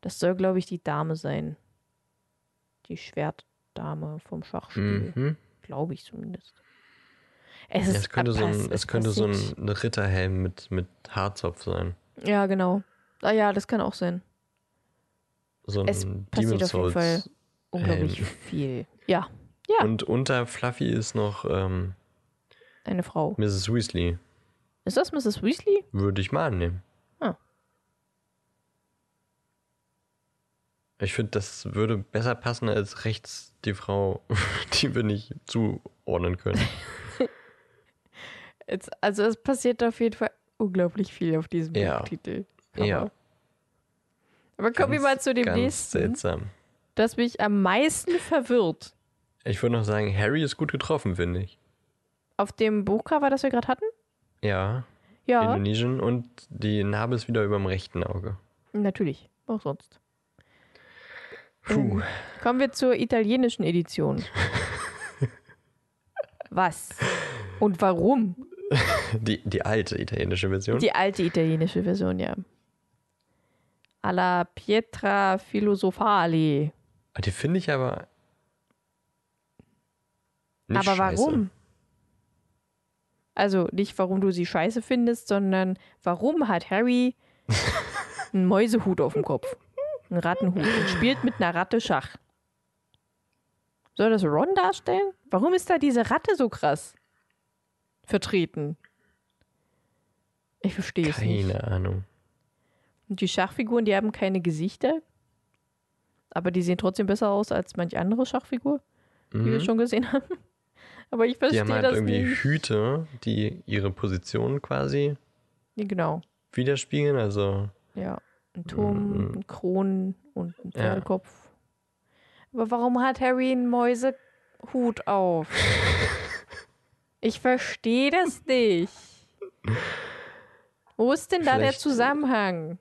Das soll, glaube ich, die Dame sein. Die Schwertdame vom Schachspiel.
Mhm.
Glaube ich zumindest. Es,
Ja,
ist
es könnte, so
pass-
ein, es könnte so
passiert-
ein Ritterhelm mit, mit Haarzopf sein.
Ja, genau. Ah ja, das kann auch sein.
So ein
Es
Demon
passiert auf jeden
Souls.
Fall Unglaublich
Helm.
viel. Ja, Ja.
Und unter Fluffy ist noch ähm,
eine Frau.
Mrs. Weasley.
Ist das Mrs. Weasley?
Würde ich mal annehmen.
Ah.
Ich finde, das würde besser passen als rechts die Frau, die wir nicht zuordnen können.
Jetzt, also es passiert auf jeden Fall unglaublich viel auf diesem
Ja.
Buchtitel.
ja.
Aber kommen wir
Ganz,
mal zu dem
ganz
nächsten,
Seltsam.
das mich am meisten verwirrt.
Ich würde noch sagen, Harry ist gut getroffen, finde ich.
Auf dem Buchcover, das wir gerade hatten?
Ja,
Ja,
Indonesien und die Narbe ist wieder über dem rechten Auge.
natürlich. Auch sonst. Ähm,
Puh.
Kommen wir zur italienischen Edition. was und warum.
Die, die alte italienische Version.
Die alte italienische Version, ja. Alla Pietra Philosophali.
Ah, die finde ich aber. Nicht
Aber
scheiße.
warum? Also nicht, warum du sie scheiße findest, sondern warum hat Harry einen Mäusehut auf dem Kopf? Einen Rattenhut und spielt mit einer Ratte Schach. Soll das Ron darstellen? Warum ist da diese Ratte so krass vertreten? Ich verstehe es nicht.
Keine Ahnung.
Und die Schachfiguren, die haben keine Gesichter, aber die sehen trotzdem besser aus als manch andere Schachfigur die wir
Mhm.
schon gesehen haben. Aber ich
Die
verstehe
haben halt
das
irgendwie
nicht.
Hüte, die ihre Position quasi
Nee, genau,
widerspiegeln. Also
ja. Ein Turm,
Mhm.
ein Kronen und ein
Ja.
Pferdekopf. Aber warum hat Harry einen Mäusehut auf? ich verstehe das nicht. Wo ist denn da der
Vielleicht- äh,
Zusammenhang?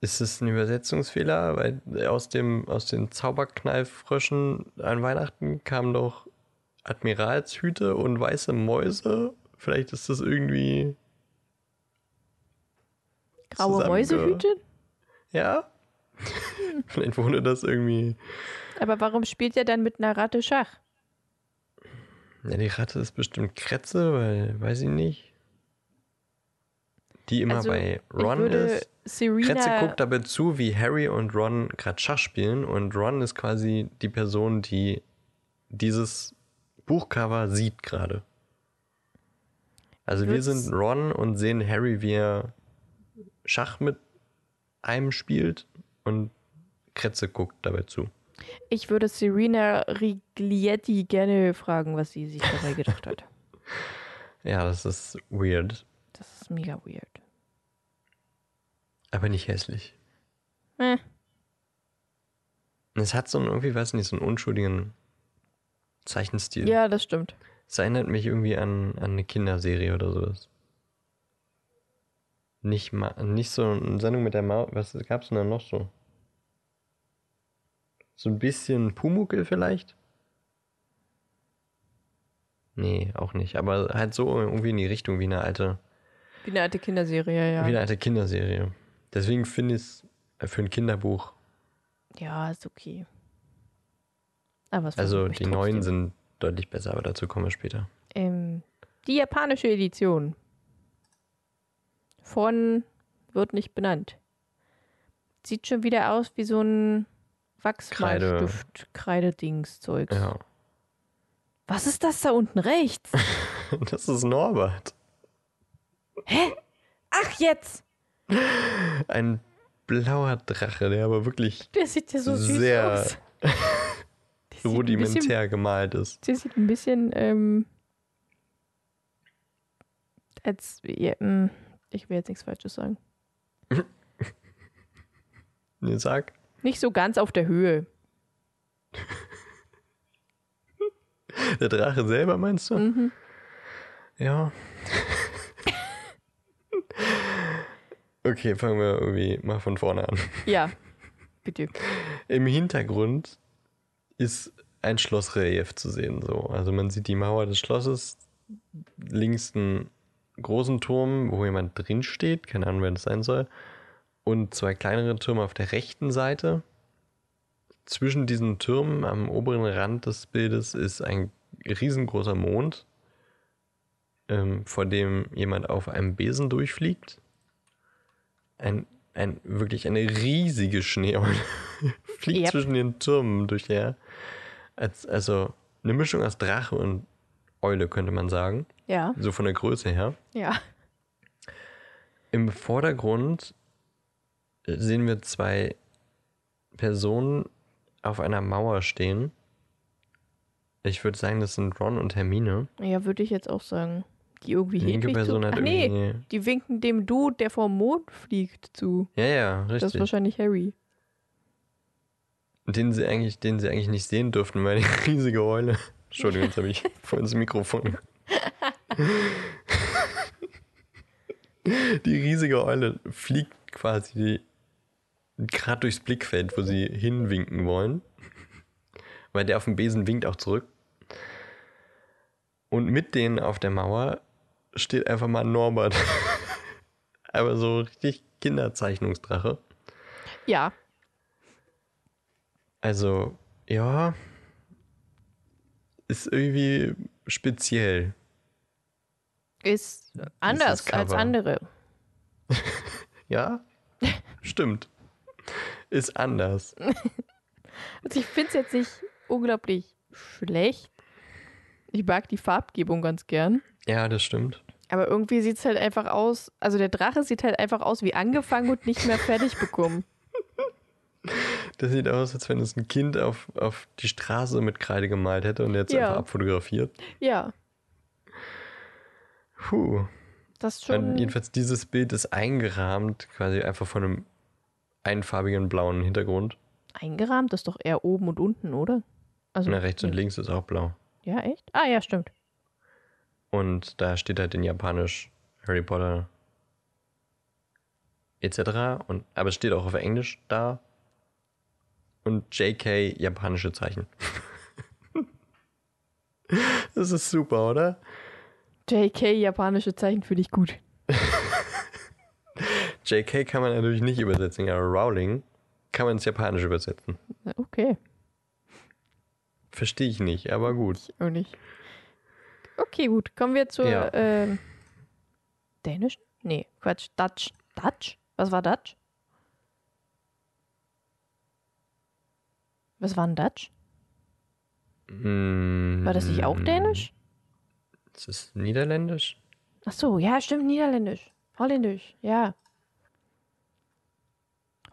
ist es ein Übersetzungsfehler, weil aus, dem, aus den Zauberknallfröschen an Weihnachten kamen doch Admiralshüte und weiße Mäuse. Vielleicht ist das irgendwie.
Graue
zusammenge-
Mäusehüte?
Ja? Vielleicht wurde das irgendwie.
Aber warum spielt er dann mit einer Ratte Schach?
Ja, die Ratte ist bestimmt Kretze, weil, weiß ich nicht. Die immer
Also,
bei
ich
Ron
würde
ist.
Serena
Kretze guckt dabei zu, wie Harry und Ron gerade Schach spielen und Ron ist quasi die Person, die dieses Buchcover sieht gerade. Also wir
Würd's-
sind Ron und sehen Harry, wie er Schach mit einem spielt und Kretze guckt dabei zu.
Ich würde Serena Riglietti gerne fragen, was sie sich dabei gedacht hat.
Ja, das ist weird,
Das ist mega weird.
aber nicht hässlich.
Äh,
Es hat so einen irgendwie, weiß nicht, so einen unschuldigen Zeichenstil.
ja, das stimmt.
Es erinnert mich irgendwie an, an eine Kinderserie oder sowas. Nicht, ma nicht so eine Sendung mit der Maus. Was gab's denn da noch so? So ein bisschen Pumuckel vielleicht? Nee, auch nicht. Aber halt so irgendwie in die Richtung wie eine alte,
Wie eine alte Kinderserie,
wie
ja.
eine alte Kinderserie. Deswegen finde ich es für ein Kinderbuch.
Ja, ist okay. Aber es
Also
verwirrt mich
die neuen
trotzdem.
sind deutlich besser, aber dazu kommen wir später.
Ähm, die japanische Edition. Von wird nicht benannt. Sieht schon wieder aus wie so ein
Kreide.
Wachsmalstift, Kreidedings-Zeugs.
Ja.
Was ist das da unten rechts?
Das ist Norbert.
Ach jetzt!
Ein blauer Drache, der aber wirklich
Der sieht ja so süß
Sehr
aus. Der sieht ein bisschen
rudimentär gemalt ist.
Sie sieht ein bisschen, ähm, als, ja, mm, ich will jetzt nichts Falsches sagen.
Nee, sag.
Nicht so ganz auf der Höhe.
Der Drache selber meinst du?
Mhm.
Ja. okay, fangen wir irgendwie mal von vorne an.
Ja, bitte.
Im Hintergrund ist ein Schlossrelief zu sehen. So. Also man sieht die Mauer des Schlosses, links einen großen Turm, wo jemand drin steht, keine Ahnung, wer das sein soll, und zwei kleinere Türme auf der rechten Seite. Zwischen diesen Türmen am oberen Rand des Bildes ist ein riesengroßer Mond, ähm, vor dem jemand auf einem Besen durchfliegt. Ein, ein, wirklich eine riesige Schneeeule fliegt
Yep.
zwischen den Türmen durchher. Als, also eine Mischung aus Drache und Eule, könnte man sagen.
Ja,
So von der Größe her.
ja.
Im Vordergrund äh, sehen wir zwei Personen auf einer Mauer stehen. Ich würde sagen, das sind Ron und Hermine.
Ja, würde ich jetzt auch sagen. Die irgendwie
Die linke
Hedwig
Person
zu.
hat
Ach, nee,
irgendwie.
die winken dem Dude, der vom Mond fliegt, zu.
Ja, ja,
Das ist
richtig.
wahrscheinlich Harry.
Den sie, eigentlich, den sie eigentlich nicht sehen dürften, weil die riesige Eule. Entschuldigung, jetzt habe ich voll ins Mikrofon. die riesige Eule fliegt quasi gerade durchs Blickfeld, wo sie hinwinken wollen. weil der auf dem Besen winkt auch zurück. Und mit denen auf der Mauer steht einfach mal Norbert. Aber so richtig Kinderzeichnungsdrache.
Ja,
Also, ja. Ist irgendwie speziell.
ist anders als
Cover.
andere.
Ja? Stimmt. Ist anders.
Also ich finde es jetzt nicht unglaublich schlecht. Ich mag die Farbgebung ganz gern.
Ja, das stimmt.
Aber irgendwie sieht es halt einfach aus, also der Drache sieht halt einfach aus wie angefangen und nicht mehr fertig bekommen.
Das sieht aus, als wenn es ein Kind auf, auf die Straße mit Kreide gemalt hätte und jetzt
Ja.
einfach abfotografiert.
Ja,
Puh.
das ist
Dann
schon.
jedenfalls dieses Bild ist eingerahmt, quasi einfach von einem einfarbigen blauen Hintergrund.
Eingerahmt ist doch eher oben und unten, oder? Also,
Na, rechts und links ist auch blau.
Ja, echt? Ah, ja, stimmt.
Und da steht halt in Japanisch Harry Potter etc. Und, aber es steht auch auf Englisch da. Und JK japanische Zeichen. das ist super, oder?
JK, japanische Zeichen finde ich gut.
JK kann man natürlich nicht übersetzen, aber Rowling kann man ins Japanische übersetzen.
Na, Okay,
Verstehe ich nicht, aber gut.
ich auch nicht. Okay, gut. Kommen wir zur
Ja.
ähm, dänischen? Nee, Quatsch. Dutch. Dutch? Was war Dutch? Was war ein Dutch? War das nicht auch dänisch?
Mm. Ist das niederländisch?
Ach so, ja, stimmt, niederländisch. Holländisch, ja.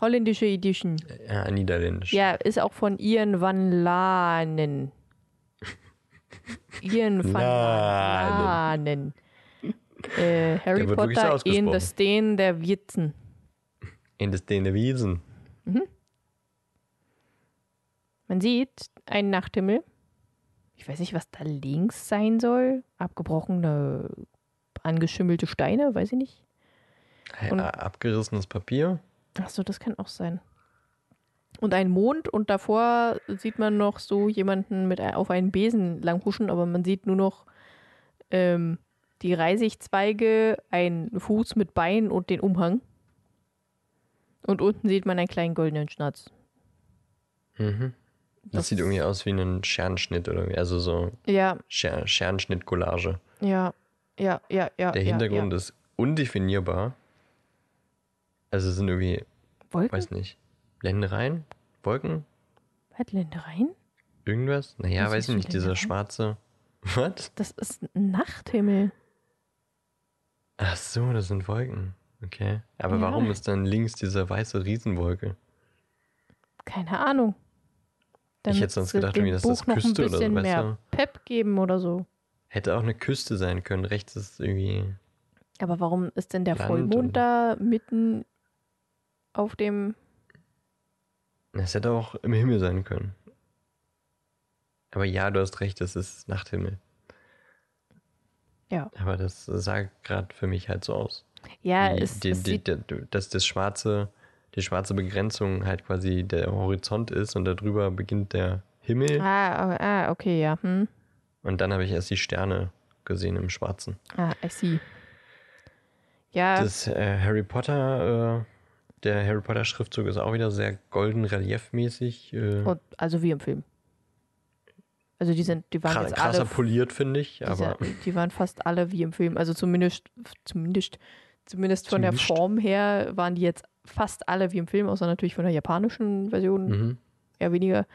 Holländische Edition.
Ja, niederländisch.
Ja, ist auch von Ian van Lanen. Ian van Lanen.
Lanen.
Äh, Harry
Der wird wirklich so
Potter in
ausgesprochen.
the Steen der Witzen.
In das Dänewiesen.
Man sieht einen Nachthimmel. Ich weiß nicht, was da links sein soll. Abgebrochene, angeschimmelte Steine, weiß ich nicht. Und-
Ja, abgerissenes Papier.
Achso, das kann auch sein. Und ein Mond und davor sieht man noch so jemanden mit ein- auf einen Besen langhuschen, aber man sieht nur noch ähm, die Reisigzweige, einen Fuß mit Bein und den Umhang. Und unten sieht man einen kleinen goldenen Schnatz.
Mhm. Das, sieht irgendwie aus wie ein Scherenschnitt oder irgendwie, also so
Ja,
Scher Scherenschnitt-Collage.
ja, ja, ja, ja.
Der
ja,
Hintergrund ist undefinierbar. Also es sind irgendwie,
ja. Wolken?
weiß nicht, Ländereien, Wolken,
Hat Ländereien?
irgendwas? Naja,
Was
weiß
ist
ich nicht,
mit
dieser
Ländereien?
schwarze. Was?
Das ist ein Nachthimmel.
Ach so, das sind Wolken. Okay. Aber
Ja.
warum ist dann links diese weiße Riesenwolke?
Keine Ahnung.
ich
Damit
hätte sonst
sie
gedacht,
dem
irgendwie, dass das
Buch noch ein
Küste oder so,
bisschen
weißt
mehr
du?
Pep geben oder so.
Hätte auch eine Küste sein können. Rechts ist irgendwie.
Aber warum ist denn der
Land
Vollmond
und-
da mitten auf dem.
Es hätte auch im Himmel sein können. Aber ja, du hast recht, es ist Nachthimmel.
Ja.
Aber das sah gerade für mich halt so aus.
Ja,
Die-
es,
die,
es
die,
sieht.
die, dass das schwarze, die schwarze Begrenzung halt quasi der Horizont ist und darüber beginnt der Himmel.
Ah, ah, ah, okay, ja. Hm.
Und dann habe ich erst die Sterne gesehen im Schwarzen.
Ah, I see. Ja,
Das äh, Harry Potter, äh, der Harry Potter Schriftzug ist auch wieder sehr golden reliefmäßig. Äh,
und, also wie im Film. Also die sind, die waren
kra-
jetzt
krasser
alle.
poliert, finde ich.
die,
Aber
sind, die waren fast alle wie im Film. Also zumindest, zumindest, zumindest von der
Zumindest.
Form her waren die jetzt fast alle wie im Film, außer natürlich von der japanischen Version.
mhm.
eher weniger.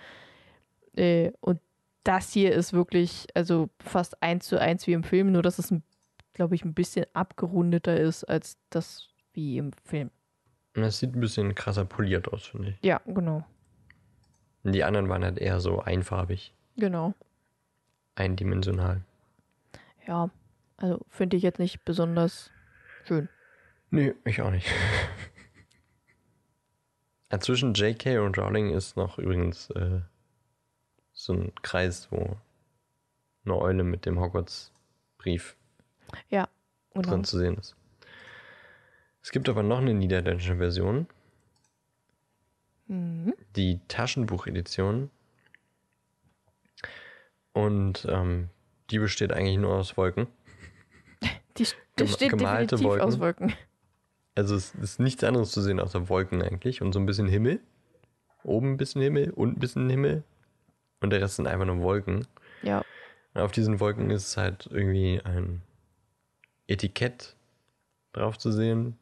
Äh, und das hier ist wirklich, also fast eins zu eins wie im Film, nur dass es, glaube ich, ein bisschen abgerundeter ist als das wie im Film.
Das sieht ein bisschen krasser poliert aus, finde ich.
Ja, genau.
Und die anderen waren halt eher so einfarbig,
Genau.
eindimensional.
Ja. Also finde ich jetzt nicht besonders schön.
Nee, ich auch nicht. Ja, Zwischen JK und Rowling ist noch übrigens äh, so ein Kreis, wo eine Eule mit dem Hogwarts-Brief
Ja, genau.
drin zu sehen ist. Es gibt aber noch eine niederländische Version,
Mhm.
die Taschenbuchedition. Und ähm, die besteht eigentlich nur aus Wolken.
Die, die
Gem-
steht
gemalte
definitiv
Wolken.
aus Wolken.
Also es ist nichts anderes zu sehen außer Wolken eigentlich und so ein bisschen Himmel. Oben ein bisschen Himmel, unten ein bisschen Himmel. Und der Rest sind einfach nur Wolken.
Ja.
Und auf diesen Wolken ist halt irgendwie ein Etikett drauf zu sehen.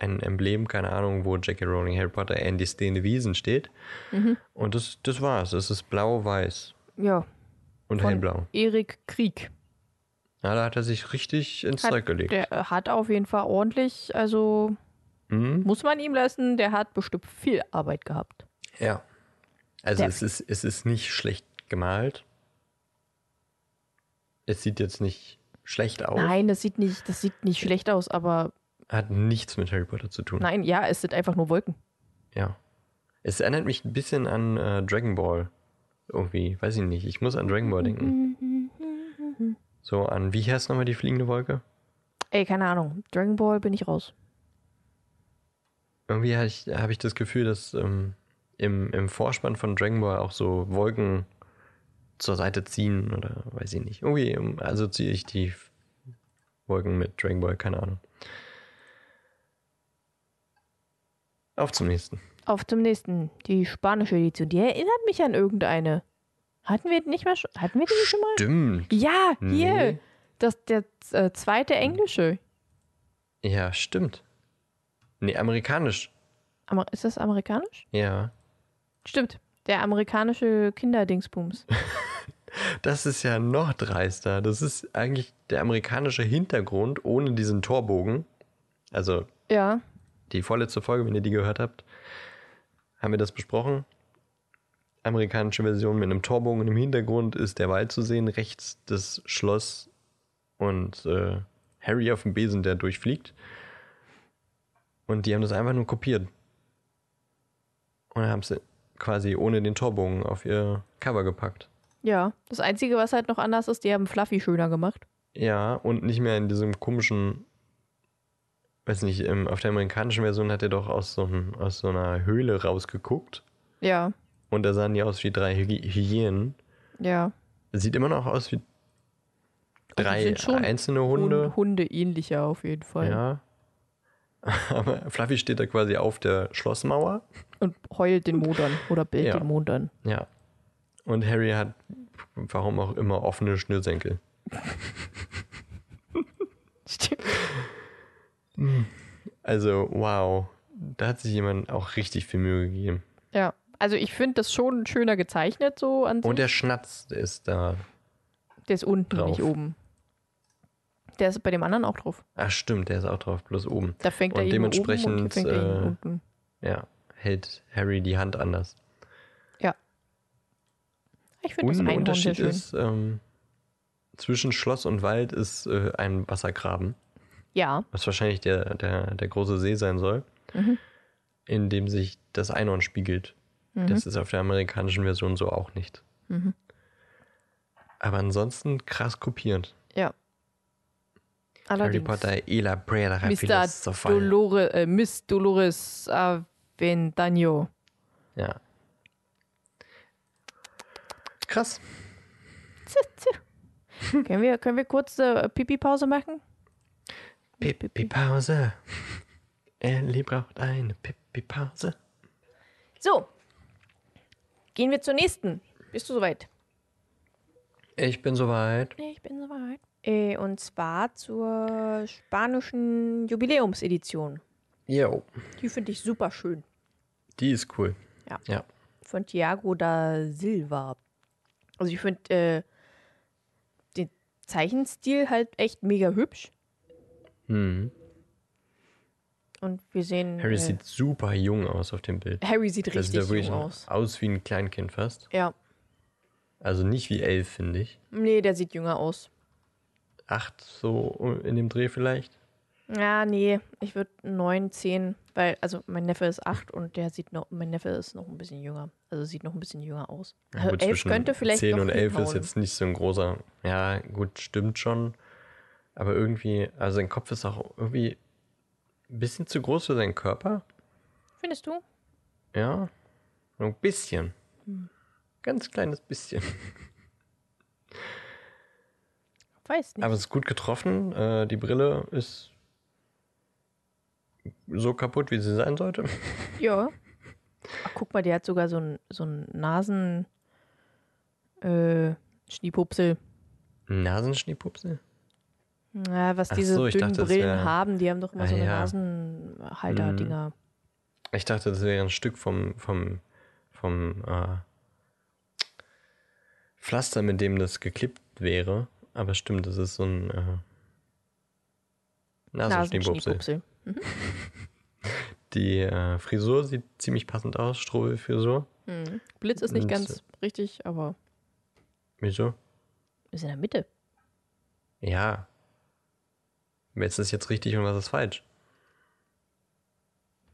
Ein Emblem, keine Ahnung, wo Jackie Rowling, Harry Potter, Andy Stehende Wiesen steht.
Mhm.
Und das, das war's. Es ist blau-weiß
Ja.
und
Von
hellblau.
Erik Krieg.
Na, da hat er sich richtig ins
Hat
Zeug gelegt.
Der äh, hat auf jeden Fall ordentlich, also
Mhm.
muss man ihm lassen, der hat bestimmt viel Arbeit gehabt.
Ja. Also
Der-
es ist, es ist nicht schlecht gemalt. Es sieht jetzt nicht schlecht aus.
Nein, das sieht nicht, das sieht nicht schlecht aus, aber
Hat nichts mit Harry Potter zu tun.
nein, ja, es sind einfach nur Wolken.
Ja. Es erinnert mich ein bisschen an äh, Dragon Ball. Irgendwie, weiß ich nicht. Ich muss an Dragon Ball
Mhm.
denken. So an, wie heißt nochmal die fliegende Wolke?
Ey, keine Ahnung. Dragon Ball bin ich raus.
Irgendwie habe ich, hab ich das Gefühl, dass ähm, im, im Vorspann von Dragon Ball auch so Wolken zur Seite ziehen oder weiß ich nicht. Irgendwie ähm, assoziiere ich die F- Wolken mit Dragon Ball, keine Ahnung. Auf zum nächsten.
Auf zum nächsten. Die spanische Edition. Die erinnert mich an irgendeine. Hatten wir die nicht mal schon? Hatten wir die nicht schon mal?
Stimmt.
Ja, hier.
Nee. Hm.
Das, der äh, zweite englische.
Ja, stimmt. Nee, amerikanisch.
Amer ist das amerikanisch?
Ja.
Stimmt. Der amerikanische Kinderdingsbums.
Das ist ja noch dreister. Das ist eigentlich der amerikanische Hintergrund ohne diesen Torbogen. Also
ja.
die vorletzte Folge, wenn ihr die gehört habt, haben wir das besprochen. Amerikanische Version mit einem Torbogen im Hintergrund ist der Wald zu sehen, rechts das Schloss und äh, Harry auf dem Besen, der durchfliegt. Und die haben das einfach nur kopiert. Und haben es quasi ohne den Torbogen auf ihr Cover gepackt.
Ja. Das Einzige, was halt noch anders ist, die haben Fluffy schöner gemacht.
Ja, und nicht mehr in diesem komischen, weiß nicht, im, auf der amerikanischen Version hat er doch aus so, einem- aus so einer Höhle rausgeguckt.
Ja.
Und da sahen die aus wie drei Hy Hyänen.
Ja.
Sieht immer noch aus wie
Oh, die
drei
sind schon
einzelne Hunde.
Hun- Hunde ähnlicher auf jeden Fall.
Ja. Aber Fluffy steht da quasi auf der Schlossmauer.
Und heult den Mond an oder bellt
Ja.
den Mond an.
Ja. Und Harry hat, warum auch immer, offene Schnürsenkel.
Stimmt.
Also, wow. Da hat sich jemand auch richtig viel Mühe gegeben.
Ja. Also ich finde das schon schöner gezeichnet so an sich.
Und der Schnatz der ist da.
Der ist unten,
Drauf.
nicht oben. Der ist bei dem anderen auch drauf.
Ach, stimmt, der ist auch drauf, bloß oben.
Da fängt er
Und
ihn oben und
dementsprechend,
fängt er ihn
äh,
unten.
Ja. Hält Harry die Hand anders.
Ich finde das
Und ein
Einhorn sehr
Unterschied
schön.
ist, ähm, zwischen Schloss und Wald ist äh, ein Wassergraben,
ja,
was wahrscheinlich der, der, der große See sein soll,
Mhm.
in dem sich das Einhorn spiegelt. Das ist auf der amerikanischen Version so auch nicht.
Mhm.
Aber ansonsten krass kopierend.
ja.
Harry
Allerdings.
Potter, Ela Brera,
Mr. Dolores, äh, Miss Dolores Aventano.
Ja. Krass.
können, wir, können wir kurz eine Pipi-Pause machen?
Pipi-Pause. Ellie braucht eine Pipi-Pause.
So. Gehen wir zur nächsten. Bist du soweit?
Ich bin soweit.
Ich bin soweit. Äh, und zwar zur spanischen Jubiläumsedition.
Yo.
Die finde ich super schön.
Die ist cool.
Ja.
Ja.
von Thiago da Silva. Also ich finde äh, den Zeichenstil halt echt mega hübsch.
Mhm.
Und wir sehen.
Harry
äh,
sieht super jung aus auf dem Bild.
Harry sieht
Das sieht ja
richtig
wirklich
jung
noch
aus.
aus wie ein Kleinkind fast.
Ja.
Also nicht wie elf, finde ich.
Nee, der sieht jünger aus.
Acht so in dem Dreh vielleicht.
Ja, nee, ich würde 9, 10, weil, also mein Neffe ist 8 und der sieht noch, mein Neffe ist noch ein bisschen jünger. Also sieht noch ein bisschen jünger aus. Also
Gut,
11
zwischen
könnte vielleicht.
Zehn
noch
und elf ist
hinhauen.
jetzt nicht so ein großer. Ja, gut, stimmt schon. Aber irgendwie, also sein Kopf ist auch irgendwie ein bisschen zu groß für seinen Körper.
Findest du? Hm.
Ja. Nur ein bisschen. Ganz kleines bisschen.
Weiß nicht.
Aber es ist gut getroffen. Äh, die Brille ist so kaputt, wie sie sein sollte.
ja. Ach, guck mal, die hat sogar so ein, so ein Nasen. Äh, Schniepupsel.
Nasenschneepupsel?
Ja, was
Ach
diese
so, ich
dünnen
dachte, das
Brillen
wär-
haben, die haben doch immer
Ah,
so eine
ja. Mhm.
Nasenhalter-Dinger.
Ich dachte, das wäre ein Stück vom, vom, vom äh, Pflaster, mit dem das geklippt wäre. Aber stimmt, das ist so ein äh, Nasenschneepupsel.
Nasenschniepupsel.
Die äh, Frisur sieht ziemlich passend aus, Strobelfrisur.
Hm. Blitz ist nicht
Und-
ganz richtig, aber
Wieso?
ist in der Mitte.
Ja. Jetzt ist jetzt richtig und was ist falsch?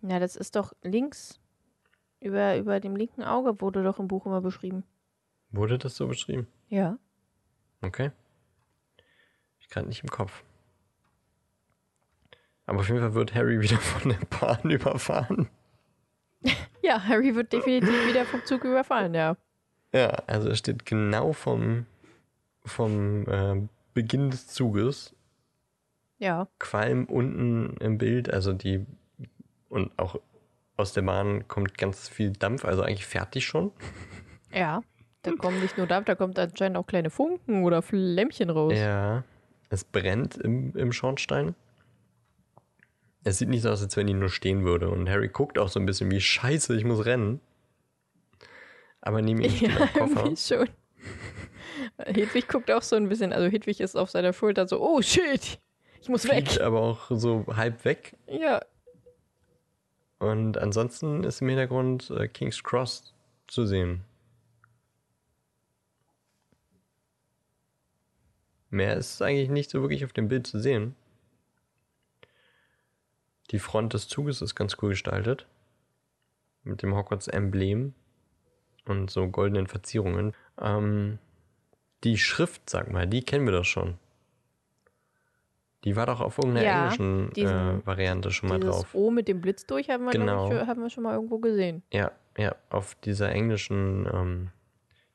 Ja, das ist doch links über, über dem linken Auge wurde doch im Buch immer beschrieben.
Wurde das so beschrieben?
Ja.
Okay. Ich kann nicht im Kopf. Aber auf jeden Fall wird Harry wieder von der Bahn überfahren.
Ja, Harry wird definitiv wieder vom Zug überfallen, ja.
Ja, also er steht genau vom, vom äh, Beginn des Zuges.
Ja.
Qualm unten im Bild, also die. Und auch aus der Bahn kommt ganz viel Dampf, also eigentlich fertig schon.
Ja. Da kommen nicht nur Dampf, da kommt anscheinend auch kleine Funken oder Flämmchen raus.
Ja, es brennt im, im Schornstein. Es sieht nicht so aus, als wenn die nur stehen würde. Und Harry guckt auch so ein bisschen wie Scheiße, ich muss rennen. Aber neben ihm steht
Ja,
ein Koffer.
irgendwie schon. Hedwig guckt auch so ein bisschen, also Hedwig ist auf seiner Schulter so, oh shit, ich muss
Fliegt
weg.
aber auch so halb weg.
Ja,
Und ansonsten ist im Hintergrund äh, King's Cross zu sehen. Mehr ist eigentlich nicht so wirklich auf dem Bild zu sehen. Die Front des Zuges ist ganz cool gestaltet. Mit dem Hogwarts-Emblem und so goldenen Verzierungen. Ähm, die Schrift, sag mal, die kennen wir doch schon. Die war doch auf irgendeiner
Ja,
englischen
diesen-
äh, Variante schon mal
dieses
drauf.
O mit dem Blitz durch haben wir,
Genau.
noch nicht, haben wir schon mal irgendwo gesehen.
Ja, ja, auf dieser englischen ähm,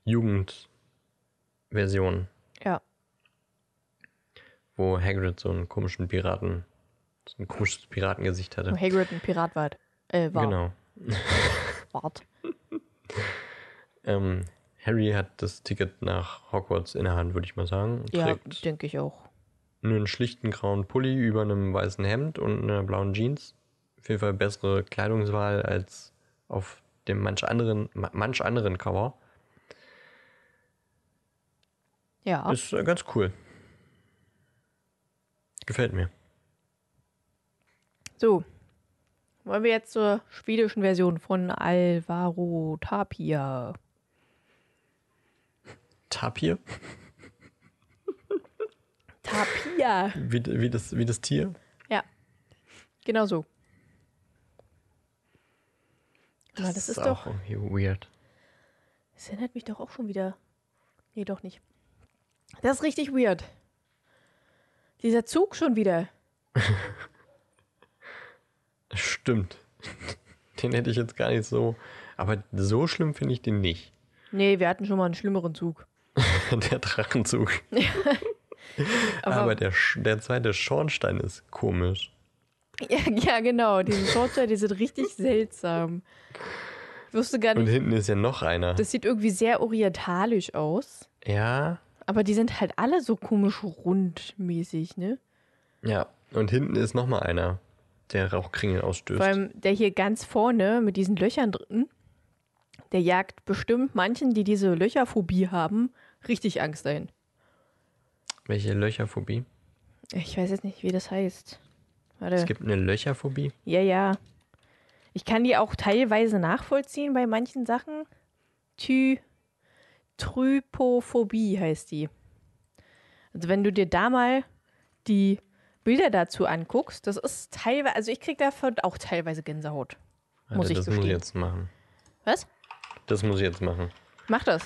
Jugendversion,
Ja,
wo Hagrid so einen komischen Piraten, so ein komisches Piratengesicht hatte.
wo Hagrid ein Pirat war. Äh, war.
Genau.
Wart.
Ähm, Harry hat das Ticket nach Hogwarts in der Hand, würde ich mal sagen. und
Ja,
Trägt
denke ich auch.
nur einen schlichten grauen Pulli über einem weißen Hemd und einer blauen Jeans. Auf jeden Fall bessere Kleidungswahl als auf dem manch anderen, ma- manch anderen Cover.
Ja,
Ist äh, ganz cool. Gefällt mir.
so. Wollen wir jetzt zur schwedischen Version von Alvaro Tapia.
Tapir.
Tapia.
Wie, wie, das, wie das Tier?
Ja, genau so. Das, das ist doch
auch irgendwie weird.
Das erinnert mich doch auch schon wieder. Nee, doch nicht. Das ist richtig weird. Dieser Zug schon wieder.
Stimmt. Den hätte ich jetzt gar nicht so. Aber so schlimm finde ich den nicht.
Nee, wir hatten schon mal einen schlimmeren Zug.
Der Drachenzug.
Aber,
Aber, der, Sch- der zweite Schornstein ist komisch.
ja, ja, genau. Diese Shortster, die sind richtig seltsam. Ich wusste gar
Und
nicht.
hinten ist ja noch einer.
Das sieht irgendwie sehr orientalisch aus.
Ja.
Aber die sind halt alle so komisch rundmäßig, ne?
Ja. Und hinten ist noch mal einer, der Rauchkringel ausstößt.
Vor allem der hier ganz vorne mit diesen Löchern drin, der jagt bestimmt manchen, die diese Löcherphobie haben, richtig Angst ein.
Welche Löcherphobie?
Ich weiß jetzt nicht, wie das heißt.
Es
Warte.
gibt eine Löcherphobie?
Ja, ja. Ich kann die auch teilweise nachvollziehen bei manchen Sachen. Ty Trypophobie heißt die. Also wenn du dir da mal die Bilder dazu anguckst, das ist teilweise, also ich krieg davon auch teilweise Gänsehaut. Muss
Alter,
ich
das muss ich
gestehen.
jetzt machen.
Was?
Das muss ich jetzt machen.
Mach das.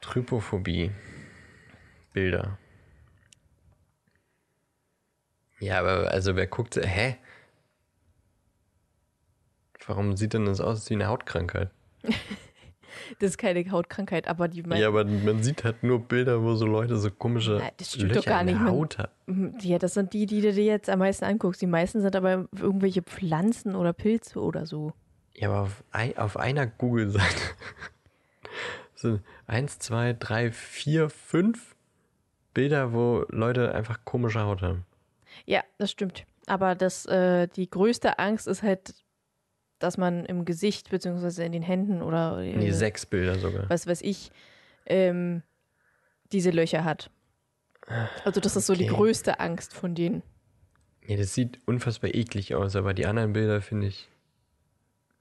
Trypophobie. Bilder. Ja, aber also wer guckt, hä? Warum sieht denn das aus wie eine Hautkrankheit?
Das ist keine Hautkrankheit, aber die meinen,
Ja, aber man sieht halt nur Bilder, wo so Leute so komische
Na, das stimmt
Löcher
doch gar
in der
nicht, man-
Haut haben.
Mhm, Ja, das sind die, die du dir jetzt am meisten anguckst. Die meisten sind aber irgendwelche Pflanzen oder Pilze oder so.
Ja, aber auf, ein, auf einer Google-Seite sind eins, zwei, drei, vier, fünf Bilder, wo Leute einfach komische Haut haben.
Ja, das stimmt. Aber das, äh, die größte Angst ist halt, dass man im Gesicht beziehungsweise in den Händen oder äh,
Nee, sechs Bilder sogar.
was weiß ich, ähm, diese Löcher hat. Also das ist so die
Okay.
größte Angst von denen.
Nee, das sieht unfassbar eklig aus, aber die anderen Bilder finde ich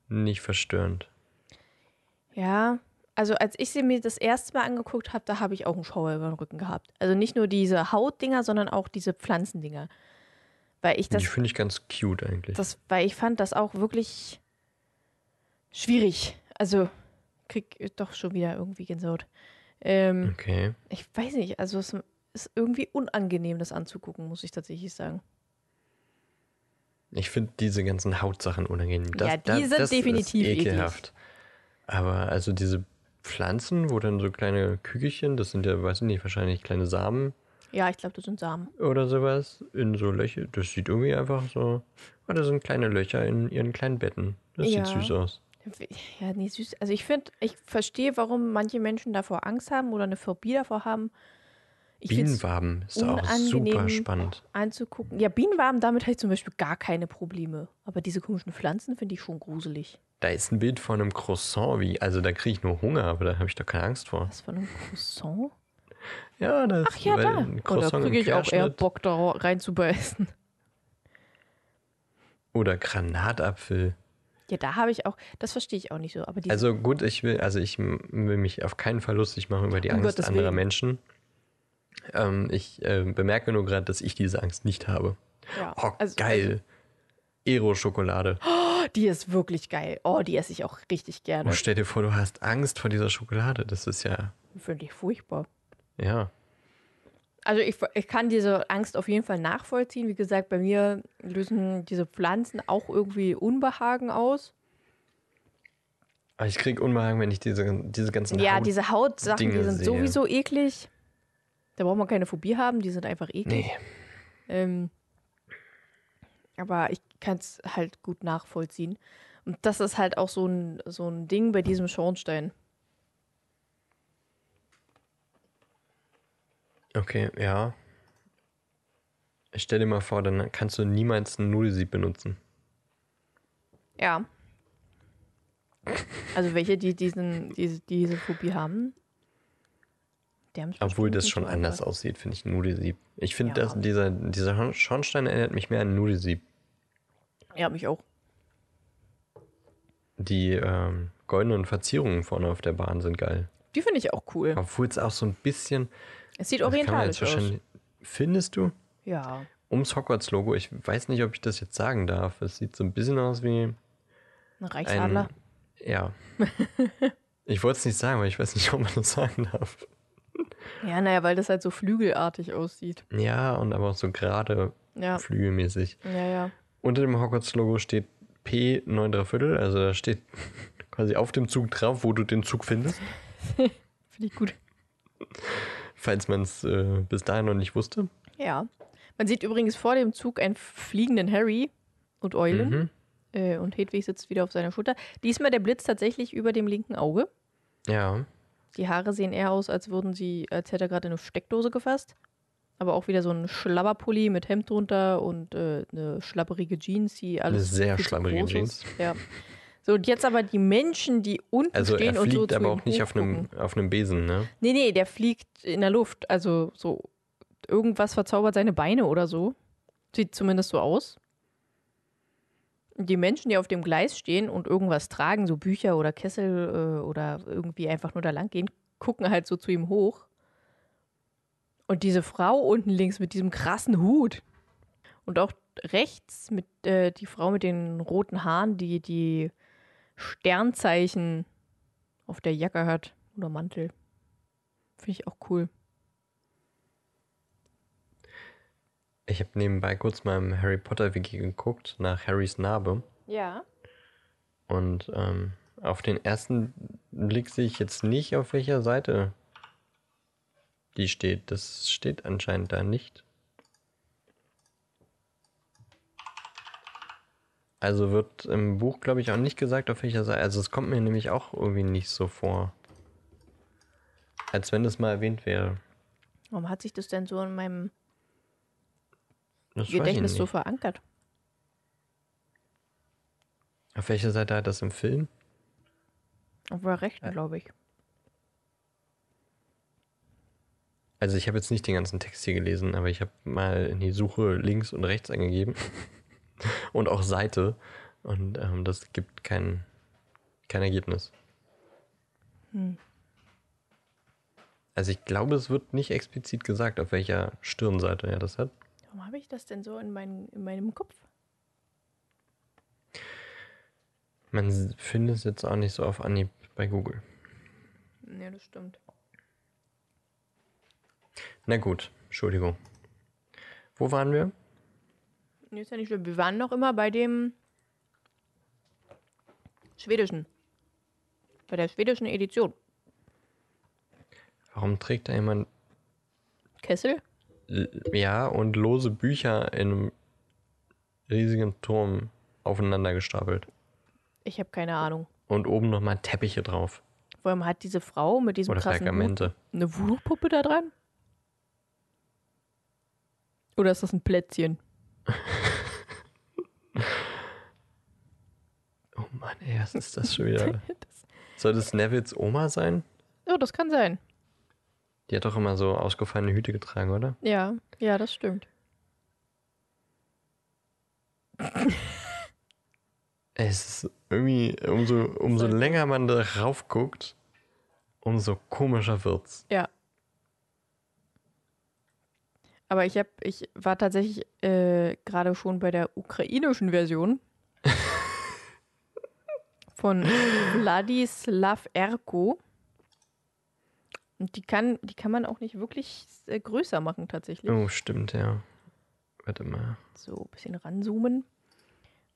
nicht verstörend.
Ja, also als ich sie mir das erste Mal angeguckt habe, da habe ich auch einen Schauer über den Rücken gehabt. Also nicht nur diese Hautdinger, sondern auch diese Pflanzendinger. Weil ich das
die finde ich ganz cute eigentlich.
Das, weil ich fand das auch wirklich schwierig. Also krieg ich doch schon wieder irgendwie Gänsehaut. Ähm,
Okay.
Ich weiß nicht, also es ist irgendwie unangenehm, das anzugucken, muss ich tatsächlich sagen.
Ich finde diese ganzen Hautsachen unangenehm. Das,
Ja, die
da-
sind
das
definitiv
ist
eklig.
ekelhaft. Aber also diese Pflanzen, wo dann so kleine Kügelchen, das sind ja, weiß ich nicht, wahrscheinlich kleine Samen
Ja, ich glaube, das sind Samen.
oder sowas, in so Löcher. Das sieht irgendwie einfach so. Ah, da sind kleine Löcher in ihren kleinen Betten. Das
Ja.
sieht süß aus.
Ja, nee, süß. Also ich finde, ich verstehe, warum manche Menschen davor Angst haben oder eine Phobie davor haben. Ich find's-
Bienenwaben ist auch super
unangenehm.
spannend.
anzugucken. Ja, Bienenwaben, damit habe ich zum Beispiel gar keine Probleme. Aber diese komischen Pflanzen finde ich schon gruselig.
Da ist ein Bild von einem Croissant, wie, also da kriege ich nur Hunger, aber da habe ich doch keine Angst vor.
Was für ein Croissant?
Ja, das
Ach ja,
weil
da.
ein
Oder
Croissant im
kriege ich auch eher
Querschnitt
Bock, da reinzubeißen.
Oder Granatapfel.
Ja, da habe ich auch, das verstehe ich auch nicht so. Aber diese,
Also gut, ich will, also ich m- will mich auf keinen Fall lustig machen über die
Um
Angst
Gottes
anderer
Willen.
Menschen. Ähm, ich äh, bemerke nur gerade, dass ich diese Angst nicht habe.
ja,
Oh,
also,
geil. Ero-Schokolade.
Also, die ist wirklich geil. Oh, die esse ich auch richtig
Oh,
gerne.
stell dir vor, du hast Angst vor dieser Schokolade. Das ist ja,
Finde ich furchtbar.
ja.
Also ich, ich kann diese Angst auf jeden Fall nachvollziehen. Wie gesagt, bei mir lösen diese Pflanzen auch irgendwie Unbehagen aus.
Aber ich krieg Unbehagen, wenn ich diese, diese ganzen
ja,
Haut-
diese Hautsachen,
Dinge
die sind
sehe.
sowieso eklig. Da braucht man keine Phobie haben, die sind einfach eklig.
Nee,
Ähm, aber ich kann es halt gut nachvollziehen. Und das ist halt auch so ein, so ein Ding bei diesem Schornstein.
okay, ja. Ich stell dir mal vor, dann kannst du niemals ein Nudelsieb benutzen.
Ja. Also welche, die diesen, diese, diese Phobie haben, die haben
Obwohl das schon anders aussieht, finde ich ein Nudelsieb. Ich finde,
Ja.
dass dieser, dieser Horn- Schornstein erinnert mich mehr an ein Nudelsieb.
Ja, mich auch.
Die ähm, goldenen Verzierungen vorne auf der Bahn sind geil.
Die finde ich auch cool.
Obwohl es auch so ein bisschen.
Es sieht
das kann man jetzt
orientalisch aus.
wahrscheinlich- Findest du?
Ja.
Ums Hogwarts-Logo, ich weiß nicht, ob ich das jetzt sagen darf. Es sieht so ein bisschen aus wie
Ein
ein.
Reichsadler.
Ja. ich wollte es nicht sagen, weil ich weiß nicht, ob man das sagen darf.
Ja, naja, weil das halt so flügelartig aussieht.
Ja, und aber auch so gerade
Ja,
flügelmäßig.
ja, ja.
Unter dem Hogwarts-Logo steht P 9 3 Viertel, also da steht quasi auf dem Zug drauf, wo du den Zug findest,
Finde ich gut.
falls man es äh, bis dahin noch nicht wusste.
Ja. Man sieht übrigens vor dem Zug einen fliegenden Harry und Eulen.
Mhm.
Äh, und Hedwig sitzt wieder auf seiner Schulter. Diesmal der Blitz tatsächlich über dem linken Auge.
Ja,
Die Haare sehen eher aus, als würden sie, als hätte er gerade eine Steckdose gefasst. Aber auch wieder so ein Schlabberpulli mit Hemd drunter und äh, eine schlabberige Jeans, die alles.
eine sehr
viel zu
schlammerige
groß
Jeans.
ist. Ja. So, und jetzt aber die Menschen, die unten
Also er
stehen und so
fliegt
zu
aber
ihm
auch nicht auf einem,
hochgucken.
auf einem Besen, ne?
Nee, nee, der fliegt in der Luft. Also so irgendwas verzaubert seine Beine oder so. Sieht zumindest so aus. Und Die Menschen, die auf dem Gleis stehen und irgendwas tragen, so Bücher oder Kessel äh, oder irgendwie einfach nur da lang gehen, gucken halt so zu ihm hoch. Und diese Frau unten links mit diesem krassen Hut. Und auch rechts mit äh, die Frau mit den roten Haaren, die die Sternzeichen auf der Jacke hat oder Mantel. Finde ich auch cool.
Ich habe nebenbei kurz mal im Harry Potter Wiki geguckt nach Harrys Narbe
Ja.
und ähm, Auf den ersten Blick sehe ich jetzt nicht, auf welcher Seite die steht. Das steht anscheinend da nicht. Also wird im Buch, glaube ich, auch nicht gesagt, auf welcher Seite. Also es kommt mir nämlich auch irgendwie nicht so vor. Als wenn das mal erwähnt wäre.
Warum hat sich das denn so in meinem
Das weiß ich
Gedächtnis so
nicht.
verankert?
Auf welcher Seite hat das im Film?
Auf der rechten,
Äh.
glaube ich.
Also ich habe jetzt nicht den ganzen Text hier gelesen, aber ich habe mal in die Suche links und rechts eingegeben und auch Seite und ähm, das gibt kein, kein Ergebnis.
Hm.
Also ich glaube, es wird nicht explizit gesagt, auf welcher Stirnseite er das hat.
Warum habe ich das denn so in, mein, in meinem Kopf?
Man s- findet es jetzt auch nicht so auf Anhieb bei Google.
Ja, das stimmt.
Na gut, Entschuldigung. Wo waren wir?
Nee, ist ja nicht schlimm. Wir waren noch immer bei dem schwedischen. Bei der schwedischen Edition.
Warum trägt da jemand
Kessel?
L- ja, und lose Bücher in einem riesigen Turm aufeinander gestapelt.
Ich habe keine Ahnung.
Und oben nochmal Teppiche drauf.
Vor allem hat diese Frau mit diesem
Oder
krassen Hut
Pergamente.
eine Voodoo-Puppe da dran? Oder ist das ein Plätzchen?
Oh Mann, ey, was ist das schon wieder?
Das,
Soll das Nevils Oma sein?
oh, das kann sein.
Die hat doch immer so ausgefallene Hüte getragen, oder?
Ja, ja, das stimmt.
Es ist irgendwie, umso, umso
Voll.
länger man da raufguckt, umso komischer wird's.
Ja. Aber ich, hab, ich war tatsächlich äh, gerade schon bei der ukrainischen Version von Vladislav Erko. Und die kann, die kann man auch nicht wirklich äh, größer machen tatsächlich.
Oh, stimmt, ja. Warte mal.
So ein bisschen ranzoomen.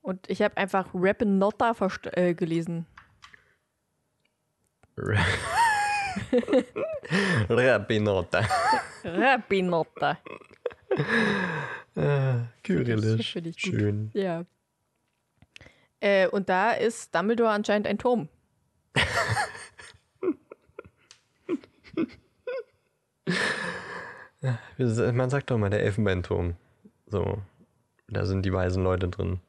Und ich habe einfach Rappin' Notta verst- äh, gelesen.
Ra- Rabinota.
Rappin' Notta.
Ah, Kyrillisch.
finde ich gut.
Schön.
Ja. Äh, und da ist Dumbledore anscheinend ein Turm.
Wir- Man sagt doch mal, der Elfenbeinturm. So, da sind die weisen Leute drin.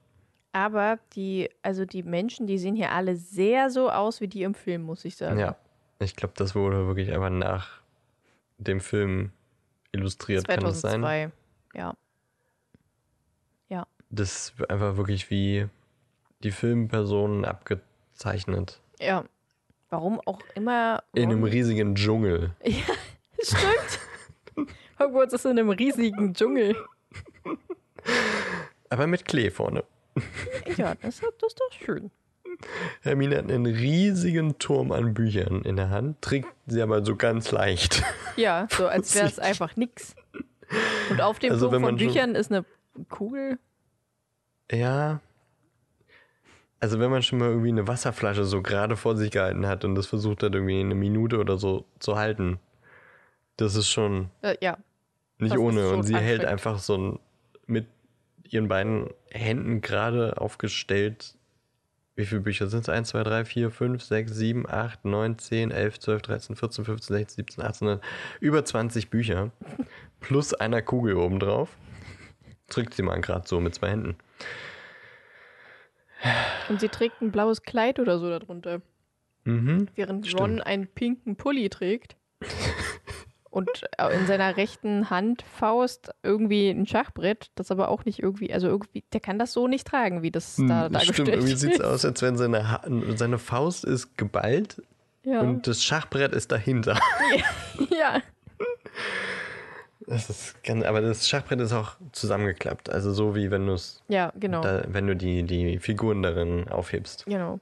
Aber die, also die Menschen, die sehen hier alle sehr so aus wie die im Film, muss ich sagen.
Ja, ich glaube, das wurde wirklich einfach nach dem Film illustriert, kann das sein?
2002. Ja.
Das ist einfach wirklich wie die Filmpersonen abgezeichnet.
Ja. Warum auch immer.
In einem
Ron-
riesigen Dschungel.
Stimmt. Hogwarts ist in einem riesigen Dschungel.
Aber mit Klee vorne.
Ja, das, hat- das ist doch schön.
Hermine hat einen riesigen Turm an Büchern in der Hand, trägt sie aber so ganz leicht.
Ja, so als wäre es einfach nix. Und auf dem
Also,
Buch
wenn
von
man schon-
Büchern ist eine Kugel.
Ja. Also wenn man schon mal irgendwie eine Wasserflasche so gerade vor sich gehalten hat und das versucht hat, irgendwie eine Minute oder so zu halten, das ist schon
Äh, ja,
nicht
Das ist
ohne.
schon
und sie hält
anstrengend.
einfach so ein, mit ihren beiden Händen gerade aufgestellt. Wie viele Bücher sind es? 1, 2, 3, 4, 5, 6, 7, 8, 9, 10, 11, 12, 13, 14, 15, 16, 17, 18, 19, über 20 Bücher. Plus einer Kugel obendrauf. Drückt sie mal gerade so mit zwei Händen.
Und sie trägt ein blaues Kleid oder so darunter,
Mhm.
während
Stimmt.
Ron einen pinken Pulli trägt. und äh, in seiner rechten Hand Faust irgendwie ein Schachbrett, das aber auch nicht irgendwie, also irgendwie, der kann das so nicht tragen, wie das da
Hm, Stimmt,
dargestellt
irgendwie sieht es
ist.
aus, als wenn seine, ha seine Faust ist geballt
Ja.
und das Schachbrett ist dahinter.
ja.
Das ist ganz, aber das Schachbrett ist auch zusammengeklappt. Also so wie wenn, du's
ja, genau.
da, wenn du die, die Figuren darin aufhebst.
genau.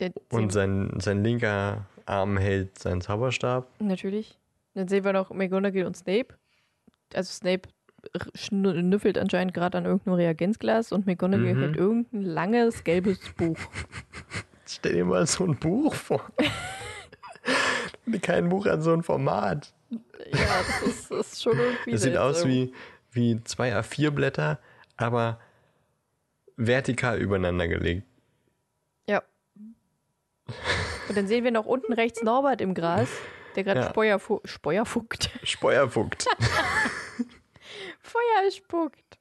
Der,
Und
sehen,
sein, sein linker Arm hält seinen Zauberstab.
natürlich. Dann sehen wir noch McGonagall und Snape. Also Snape r- schnu- nüffelt anscheinend gerade an irgendeinem Reagenzglas und McGonagall
Mhm.
hält irgendein langes gelbes Buch.
Stell dir mal so ein Buch vor. Kein Buch an so ein Format.
Ja, das ist, das ist schon irgendwie.
Es sieht
seltsam.
aus wie, wie zwei A4-Blätter, aber vertikal übereinander gelegt.
Ja. Und dann sehen wir noch unten rechts Norbert im Gras, der gerade
Ja.
Speuer, fu Speuer funkt.
Speuerfuckt.
Feuer spuckt.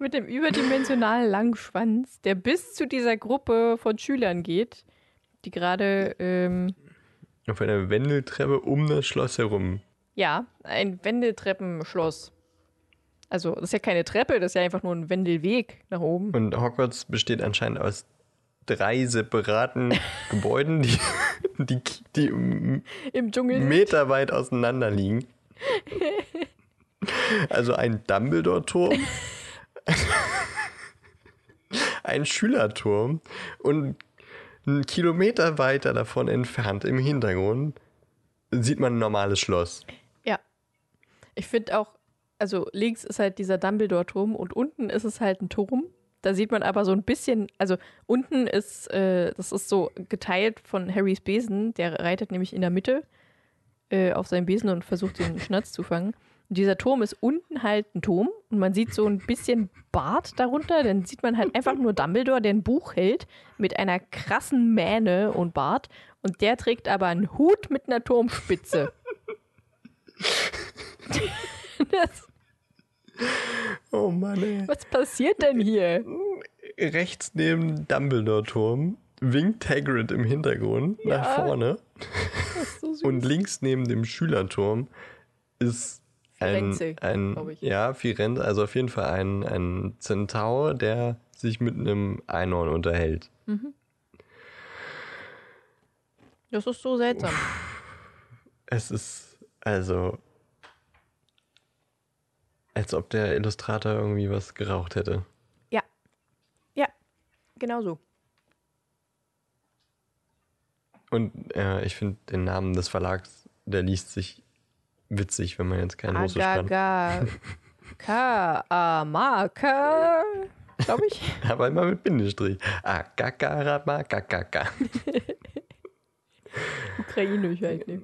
Mit dem überdimensionalen langen Schwanz, der bis zu dieser Gruppe von Schülern geht, die gerade, ähm,
Auf einer Wendeltreppe um das Schloss herum.
ja, ein Wendeltreppenschloss. Also, das ist ja keine Treppe, das ist ja einfach nur ein Wendelweg nach oben.
Und Hogwarts besteht anscheinend aus drei separaten Gebäuden, die, die, die
Im Dschungel.
meterweit auseinander liegen. Also ein Dumbledore-Turm, ein Schülerturm und einen Kilometer weiter davon entfernt im Hintergrund sieht man ein normales Schloss.
Ja. Ich finde auch, also links ist halt dieser Dumbledore-Turm und unten ist es halt ein Turm. Da sieht man aber so ein bisschen, also unten ist, äh, das ist so geteilt von Harrys Besen, der reitet nämlich in der Mitte äh, auf seinem Besen und versucht den Schnatz zu fangen. Und dieser Turm ist unten halt ein Turm und man sieht so ein bisschen Bart darunter, dann sieht man halt einfach nur Dumbledore, der ein Buch hält mit einer krassen Mähne und Bart und der trägt aber einen Hut mit einer Turmspitze. Das,
Oh Mann, ey.
was passiert denn hier?
Rechts neben Dumbledore-Turm winkt Hagrid im Hintergrund nach
Ja.
vorne
Das ist so süß.
und links neben dem Schülerturm ist ein,
Firenze,
ein
glaub ich.
ja, Firenze, also auf jeden Fall ein, ein Zentaur, der sich mit einem Einhorn unterhält.
Das ist so seltsam.
Es ist also als ob der Illustrator irgendwie was geraucht hätte.
Ja. Ja, genau so.
Und äh, ich finde den Namen des Verlags, der liest sich witzig, wenn man jetzt kein
Ah,
Russisch kann.
Agaga. Kamaka. Glaube ich.
Aber immer mit Bindestrich. Ah, kakarama, kakaka.
Ukrainisch halt. Ne?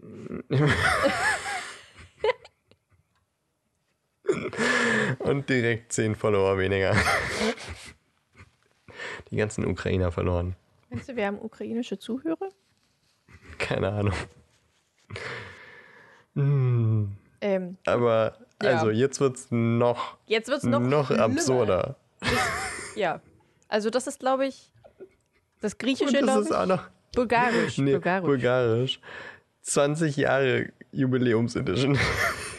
Und direkt 10 Follower weniger. Die ganzen Ukrainer verloren.
Meinst du, wir haben ukrainische Zuhörer?
Keine Ahnung. Hm,
Ähm,
Aber
Ja.
also jetzt wird's noch,
jetzt wird es noch,
noch,
schlimmer.
absurder.
Ja. Also, das ist, glaube ich, das
Und
Griechische,
das
glaube
ist auch
ich.
noch
Bulgarisch.
nee, bulgarisch.
Bulgarisch.
20 Jahre Jubiläumsedition.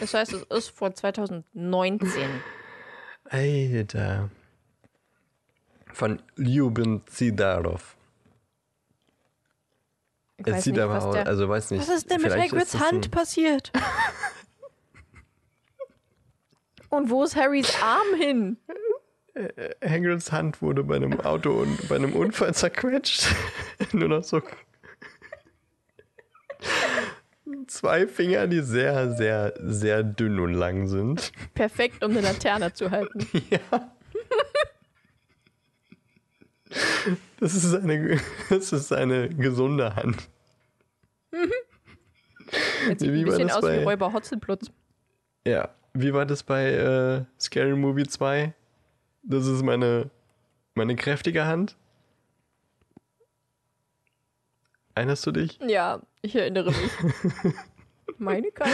das heißt, es ist vor 2019.
Alter. Von Ljubin Zidarov.
Ich
Es
weiß
sieht
nicht,
aber
was
aus,
der-
also weiß nicht.
Was ist denn mit
vielleicht ist
Hagrids
das ein-
Hand passiert? Und wo ist Harrys Arm hin?
Hagrids Hand wurde bei einem Auto und bei einem Unfall zerquetscht. Nur noch so zwei Finger, die sehr, sehr, sehr dünn und lang sind.
Perfekt, um eine Laterne zu halten.
Das ist eine, das ist eine gesunde Hand.
Jetzt sieht
Wie
ein
war
bisschen
das
aus wie
bei-
Räuber Hotzenplotz.
Ja. Wie war das bei äh, Scary Movie 2? Das ist meine, meine kräftige Hand. Erinnerst du dich?
Ja, ich erinnere mich. Meine keine.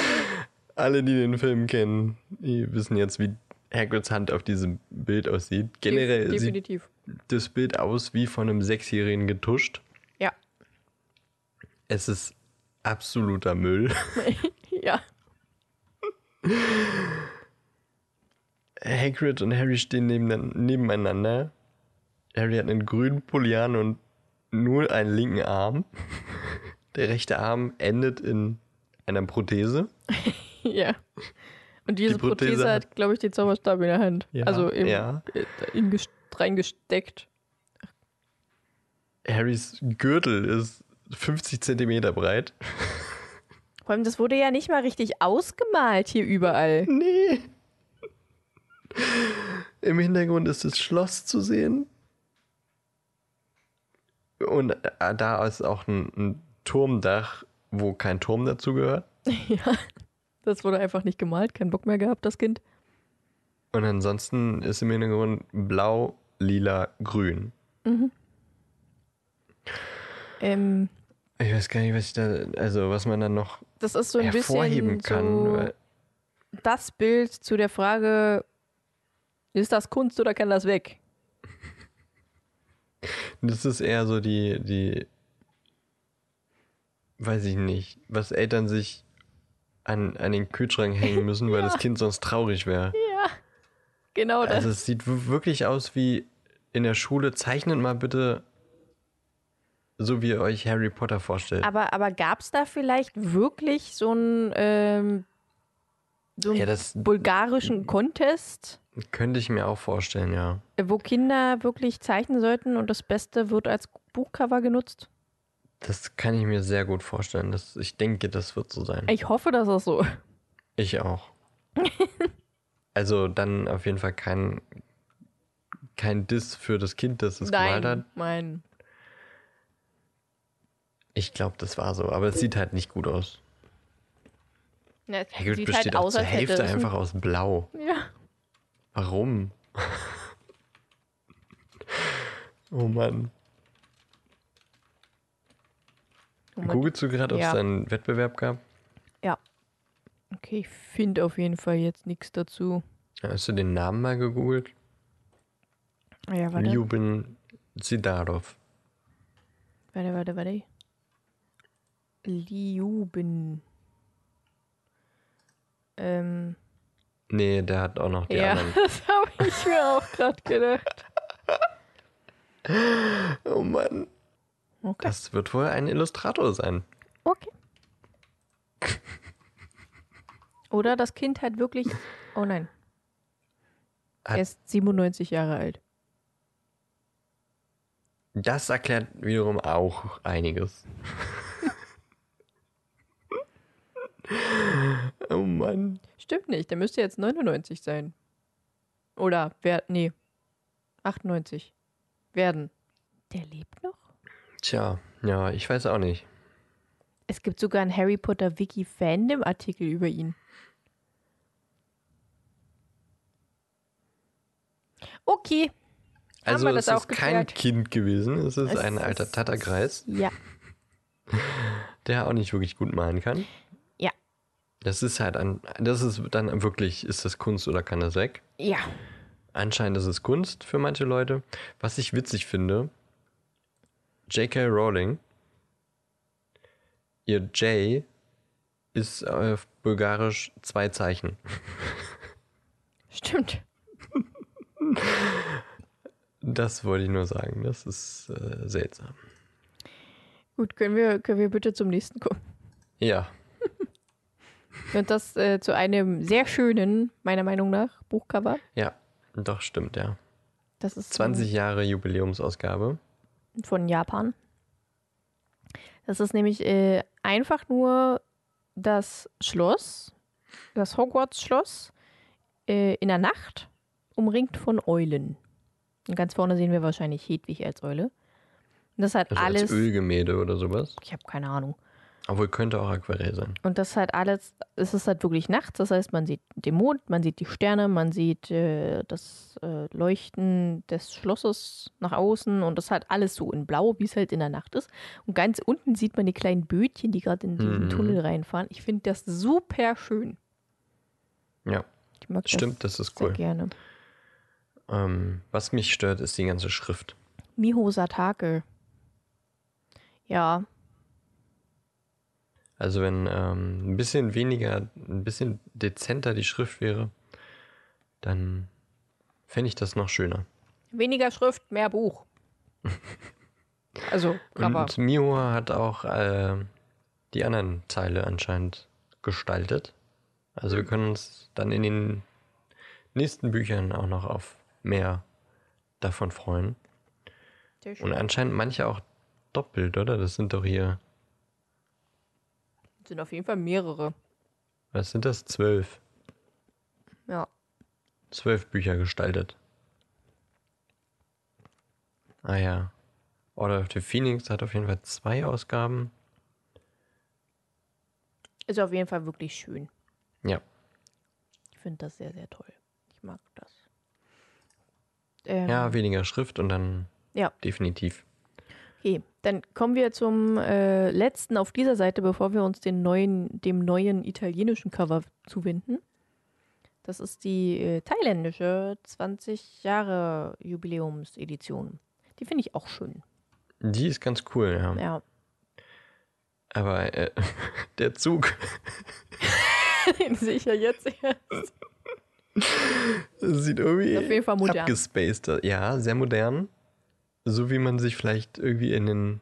Alle, die den Film kennen, die wissen jetzt, wie Hagrids Hand auf diesem Bild aussieht. Generell
Def-
sieht
Definitiv.
das Bild aus wie von einem Sechsjährigen getuscht.
Ja.
Es ist absoluter Müll.
Ja.
Hagrid und Harry stehen neben- nebeneinander. Harry hat einen grünen Pulli an und nur einen linken Arm. Der rechte Arm endet in einer Prothese.
Ja. Und diese
Die
Prothese,
Prothese
hat, glaube ich, den Zauberstab in der Hand.
Ja,
also im,
ja.
äh, da ingest- reingesteckt.
Harrys Gürtel ist 50 Zentimeter breit.
Vor allem, das wurde ja nicht mal richtig ausgemalt hier überall.
Nee. Im Hintergrund ist das Schloss zu sehen. Und äh, da ist auch ein, ein Turmdach, wo kein Turm dazu gehört.
ja. Das wurde einfach nicht gemalt, keinen Bock mehr gehabt, das Kind.
Und ansonsten ist im Hintergrund blau, lila, grün.
Ähm,
Ich weiß gar nicht, was ich da, also was man dann noch
das ist so ein
hervorheben
bisschen
kann.
so
weil-
das Bild zu der Frage, ist das Kunst oder kann das weg?
Das ist eher so die, die, weiß ich nicht, was Eltern sich an, an den Kühlschrank hängen müssen, weil das Kind sonst traurig wäre.
Ja, genau das.
Also es sieht w- wirklich aus wie in der Schule, zeichnet mal bitte so, wie ihr euch Harry Potter vorstellt.
aber aber gab es da vielleicht wirklich so einen, ähm, so einen
Ja, das
bulgarischen Contest,
könnte ich mir auch vorstellen, ja.
wo Kinder wirklich zeichnen sollten und das Beste wird als Buchcover genutzt?
Das kann ich mir sehr gut vorstellen. Das, ich denke, das wird so sein.
Ich hoffe, dass das so
Ich auch. also dann auf jeden Fall kein, kein Diss für das Kind, das es gemalt hat.
Nein, mein.
Ich glaube, das war so. Aber es sieht halt nicht gut aus.
Ja, es
Hagrid
sieht
besteht
halt
auch
aus,
zur
als hätte
Hälfte
es ein-
einfach aus Blau.
Ja.
Warum? oh Mann.
Moment.
Googelst du gerade, ob es
Oh Ja.
da einen Wettbewerb gab?
Okay, ich finde auf jeden Fall jetzt nichts dazu.
Hast du den Namen mal gegoogelt?
Ja, warte,
Ljubin Zidarov.
warte, warte, warte. Liubin. Ähm,
Nee, der hat auch noch die
ja,
anderen.
das habe ich mir auch gerade gedacht.
Oh Mann.
Okay.
Das wird wohl ein Illustrator sein.
Okay. Oder das Kind hat wirklich. Oh nein.
Hat-
er ist 97 Jahre alt.
Das erklärt wiederum auch einiges. oh Mann.
Stimmt nicht, der müsste jetzt 99 sein. Oder wer. Nee. 98. Werden. Der lebt noch?
Tja, ja, ich weiß auch nicht.
Es gibt sogar einen Harry Potter Wiki Fandom Artikel über ihn. Okay. Haben
Also
wir
es
das auch
ist kein
geklärt?
Kind gewesen, es ist
Es
ein alter
ist-
Tatterkreis,
Ja.
der auch nicht wirklich gut malen kann.
Ja.
Das ist halt an, das ist dann wirklich, ist das Kunst oder kann das weg?
Ja.
Anscheinend ist es Kunst für manche Leute. Was ich witzig finde, J.K. Rowling, ihr J ist auf Bulgarisch zwei Zeichen.
Stimmt.
Das wollte ich nur sagen, das ist äh, seltsam.
Gut, können wir, können wir bitte zum nächsten kommen.
Ja,
Und das äh, zu einem sehr schönen, meiner Meinung nach, Buchcover.
ja, doch stimmt, ja.
Das ist ähm,
20 Jahre Jubiläumsausgabe.
von Japan. Das ist nämlich äh, einfach nur das Schloss, das Hogwarts-Schloss äh, in der Nacht, umringt von Eulen. Und ganz vorne sehen wir wahrscheinlich Hedwig als Eule. Und das hat
Also
alles.
als Ölgemälde oder sowas.
ich habe keine Ahnung.
Obwohl könnte auch Aquarell sein.
Und das halt alles, es ist halt wirklich nachts, das heißt, man sieht den Mond, man sieht die Sterne, man sieht äh, das äh, Leuchten des Schlosses nach außen und das halt alles so in Blau, wie es halt in der Nacht ist. Und ganz unten sieht man die kleinen Bötchen, die gerade in diesen
Mhm.
Tunnel reinfahren. Ich finde das super schön.
Ja,
Ich mag
stimmt, das ist
das sehr
cool.
gerne.
Ähm, was mich stört, ist die ganze Schrift.
Miho Satake. Ja,
Also wenn ähm, ein bisschen weniger, ein bisschen dezenter die Schrift wäre, dann fände ich das noch schöner.
weniger Schrift, mehr Buch. also, aber
Und Mio hat auch äh, die anderen Teile anscheinend gestaltet. Also wir können uns dann in den nächsten Büchern auch noch auf mehr davon freuen.
sehr schön.
Und anscheinend manche auch doppelt, oder? Das sind doch hier,
sind auf jeden Fall mehrere.
was sind das? Zwölf.
Ja.
Zwölf Bücher gestaltet. Ah ja. Order of the Phoenix hat auf jeden Fall zwei Ausgaben.
Ist auf jeden Fall wirklich schön.
Ja.
Ich finde das sehr, sehr toll. Ich mag das. Ähm,
Ja, weniger Schrift und dann
Ja.
definitiv.
Okay, dann kommen wir zum äh, letzten auf dieser Seite, bevor wir uns den neuen, dem neuen italienischen Cover zuwenden. Das ist die äh, thailändische 20 Jahre Jubiläumsedition. Die finde ich auch schön.
Die ist ganz cool, ja.
Ja.
Aber äh, der Zug,
Den sehe ich ja jetzt erst.
das sieht
Auf
irgendwie
jeden Fall modern.
abgespaced. aus. Ja, sehr modern. So wie man sich vielleicht irgendwie in den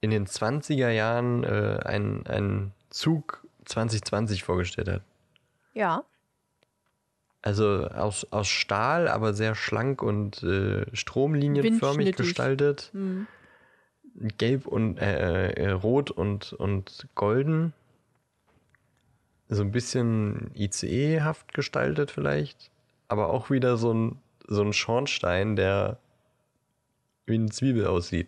in den 20er Jahren äh, einen, einen Zug 2020 vorgestellt hat.
Ja,
Also aus, aus Stahl, aber sehr schlank und äh, stromlinienförmig
Windschnittig.
gestaltet.
hm.
Gelb und äh, äh, Rot und, und Golden. So ein bisschen ICE-haft gestaltet vielleicht. Aber auch wieder so ein, so ein Schornstein, der wie eine Zwiebel aussieht.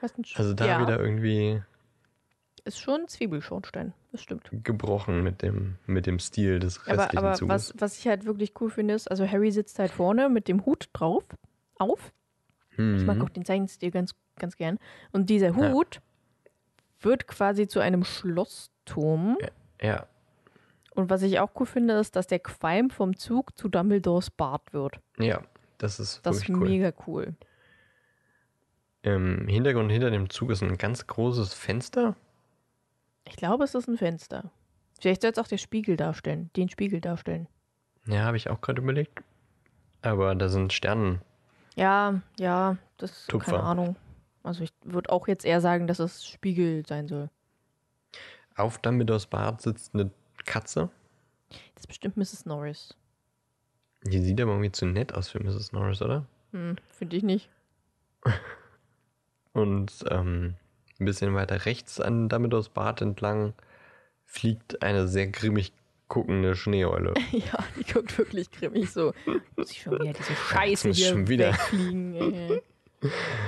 Was ein Sch-
Also da
ja,
wieder irgendwie
ist schon ein Zwiebelschornstein. Das stimmt.
gebrochen mit dem, mit dem Stil des
Aber,
restlichen
aber
Zuges.
was, was ich halt wirklich cool finde, ist, also Harry sitzt halt vorne mit dem Hut drauf, auf. Ich mag
Mhm.
auch den Zeichenstil ganz, ganz gern. Und dieser
Ja.
Hut wird quasi zu einem Schlossturm.
Ja,
Und was ich auch cool finde, ist, dass der Qualm vom Zug zu Dumbledores Bart wird.
ja, das ist
Das ist
wirklich cool.
mega cool.
Im Hintergrund hinter dem Zug ist ein ganz großes Fenster.
Ich glaube, es ist ein Fenster. Vielleicht soll es auch der Spiegel darstellen, den Spiegel darstellen.
Ja, habe ich auch gerade überlegt. Aber da sind Sternen.
Ja, ja, das
Tupfer.
keine Ahnung. Also ich würde auch jetzt eher sagen, dass es Spiegel sein soll.
Auf Dumbledores Bart sitzt eine Katze.
Das ist bestimmt Mrs. Norris.
Die sieht aber irgendwie zu nett aus für Mrs. Norris, oder?
Hm, finde ich nicht.
Und ähm, ein bisschen weiter rechts an Dumbledores Bart entlang fliegt eine sehr grimmig guckende Schneeeule.
Ja, die guckt wirklich grimmig so. Muss ich schon wieder diese Scheiße
muss
hier
schon wieder.
wegfliegen. Ey.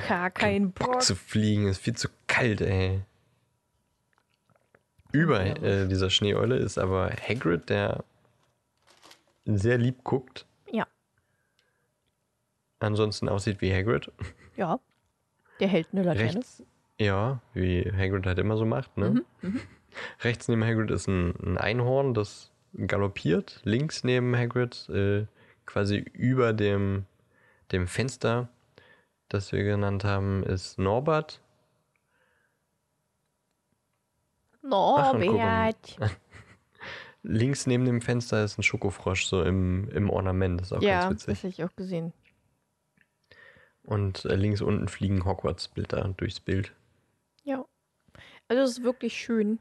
Gar kein Bock.
Bock zu fliegen, ist viel zu kalt, ey. Über äh, dieser Schneeeule ist aber Hagrid, der sehr lieb guckt.
Ja,
Ansonsten aussieht wie Hagrid.
ja. Der hält eine Laterne.
Rechts, ja, wie Hagrid halt immer so macht, ne? Rechts neben Hagrid ist ein, ein Einhorn, das galoppiert. Links neben Hagrid, äh, quasi über dem, dem Fenster, das wir genannt haben, ist Norbert.
Norbert.
Links neben dem Fenster ist ein Schokofrosch, so im, im Ornament, das ist auch
Ja,
ganz
das
witzig.
habe ich auch gesehen.
Und äh, links unten fliegen Hogwarts-Blätter durchs Bild.
Ja. Also es ist wirklich schön.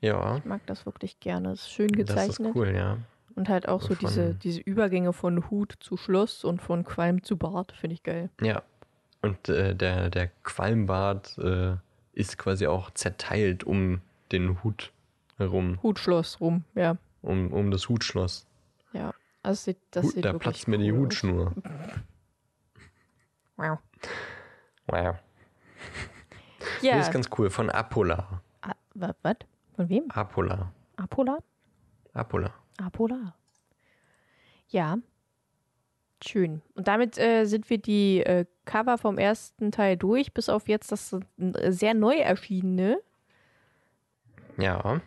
Ja,
Ich mag das wirklich gerne. Es ist schön
das ist
gezeichnet.
cool, ja.
Und halt auch so
Von-
diese, diese Übergänge von Hut zu Schloss und von Qualm zu Bart, finde ich geil.
Ja. Und äh, der, der Qualmbart äh, ist quasi auch zerteilt um den Hut herum,
Hut, Schloss rum, ja.
um, um das Hutschloss.
Ja. Also das sieht, das
Hut,
sieht
da
wirklich
platzt mir die
cool aus.
Hutschnur.
Wow.
Wow. Ja.
Ja.
Das ist ganz cool. Von Apola.
Ah, wa- Was? Von wem?
Apola.
Apola?
Apola.
Apola. Ah, Ja. Schön. Und damit äh, sind wir die äh, Cover vom ersten Teil durch, bis auf jetzt das äh, sehr neu erschienene.
Ja.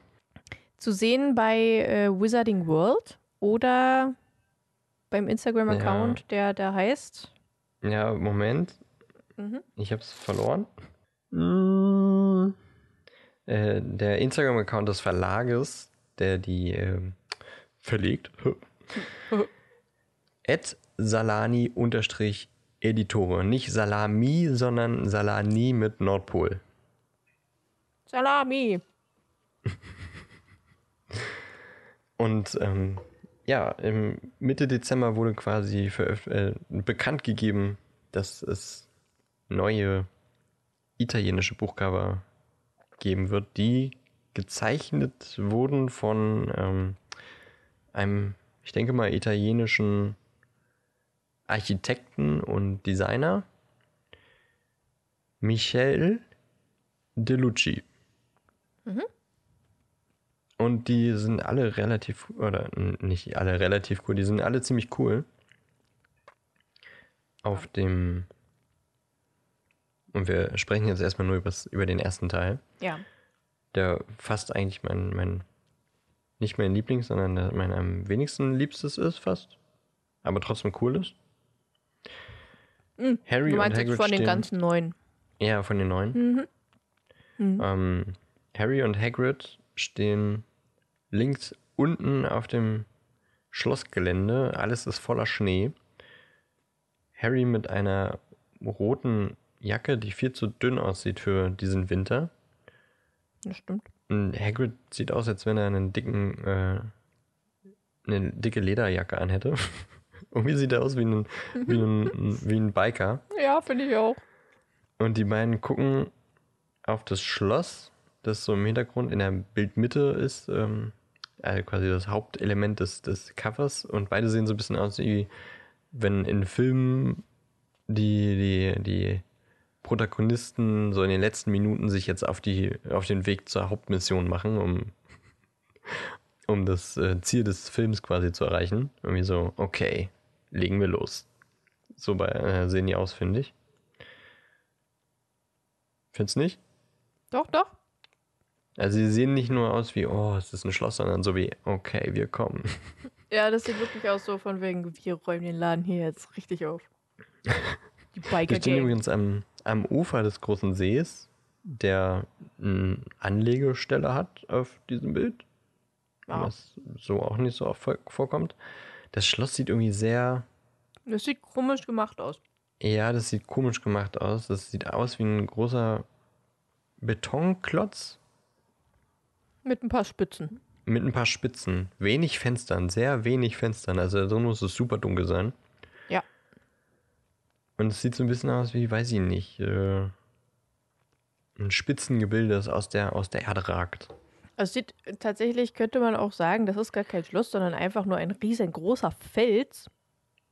Zu sehen bei äh, Wizarding World oder beim Instagram-Account, der da heißt.
Ja, Moment.
Mhm.
Ich hab's verloren. Äh, der Instagram-Account des Verlages, der die ähm, verlegt, at salani-editore. Nicht Salami, sondern Salani mit Nordpol.
Salami.
Und ähm, ja, im Mitte Dezember wurde quasi veröf- äh, bekannt gegeben, dass es neue italienische Buchcover geben wird, die gezeichnet wurden von ähm, einem, ich denke mal, italienischen Architekten und Designer Michel Delucci.
Mhm.
Und die sind alle relativ, oder n- nicht alle relativ cool, die sind alle ziemlich cool. Auf dem. Und wir sprechen jetzt erstmal nur übers, über den ersten Teil
Ja.
der fast eigentlich mein, mein nicht mein Lieblings, sondern der, mein am wenigsten Liebstes ist fast, aber trotzdem cool ist.
Mhm,
Harry
Du
und
meinst jetzt
Hagrid
von den
stehen,
ganzen neuen.
ja von den neuen.
Mhm. Mhm.
Ähm, Harry und Hagrid stehen links unten auf dem Schlossgelände. Alles ist voller Schnee. Harry mit einer roten Jacke, die viel zu dünn aussieht für diesen Winter.
Das stimmt.
Und Hagrid sieht aus, als wenn er einen dicken, äh, eine dicke Lederjacke anhätte. Irgendwie sieht er aus wie ein, wie ein, wie ein Biker.
Ja, finde ich auch.
Und die beiden gucken auf das Schloss, das so im Hintergrund in der Bildmitte ist, ähm, also quasi das Hauptelement des, des Covers. Und beide sehen so ein bisschen aus wie wenn in Filmen die, die, die Protagonisten so in den letzten Minuten sich jetzt auf, die, auf den Weg zur Hauptmission machen, um, um das äh, Ziel des Films quasi zu erreichen. Irgendwie so, okay, legen wir los. So bei, äh, sehen die aus, finde ich. Findest nicht?
Doch, doch.
Also sie sehen nicht nur aus wie, oh, es ist ein Schloss, sondern so wie, okay, wir kommen.
Ja, das sieht wirklich aus so von wegen, wir räumen den Laden hier jetzt richtig auf. Die
Wir
Biker
stehen
Gang.
übrigens am, am Ufer des großen Sees, der eine Anlegestelle hat auf diesem Bild,
Ja.
was so auch nicht so oft vor- vorkommt. Das Schloss sieht irgendwie sehr,
Das sieht komisch gemacht aus.
ja, das sieht komisch gemacht aus. Das sieht aus wie ein großer Betonklotz
Mit ein paar Spitzen.
mit ein paar Spitzen. Wenig Fenstern, sehr wenig Fenstern. Also da drin muss es super dunkel sein.
Ja.
Und es sieht so ein bisschen aus wie, weiß ich nicht, äh, ein Spitzengebilde, das aus der, aus der Erde ragt.
Also sieht tatsächlich könnte man auch sagen, das ist gar kein Schloss, sondern einfach nur ein riesengroßer Fels,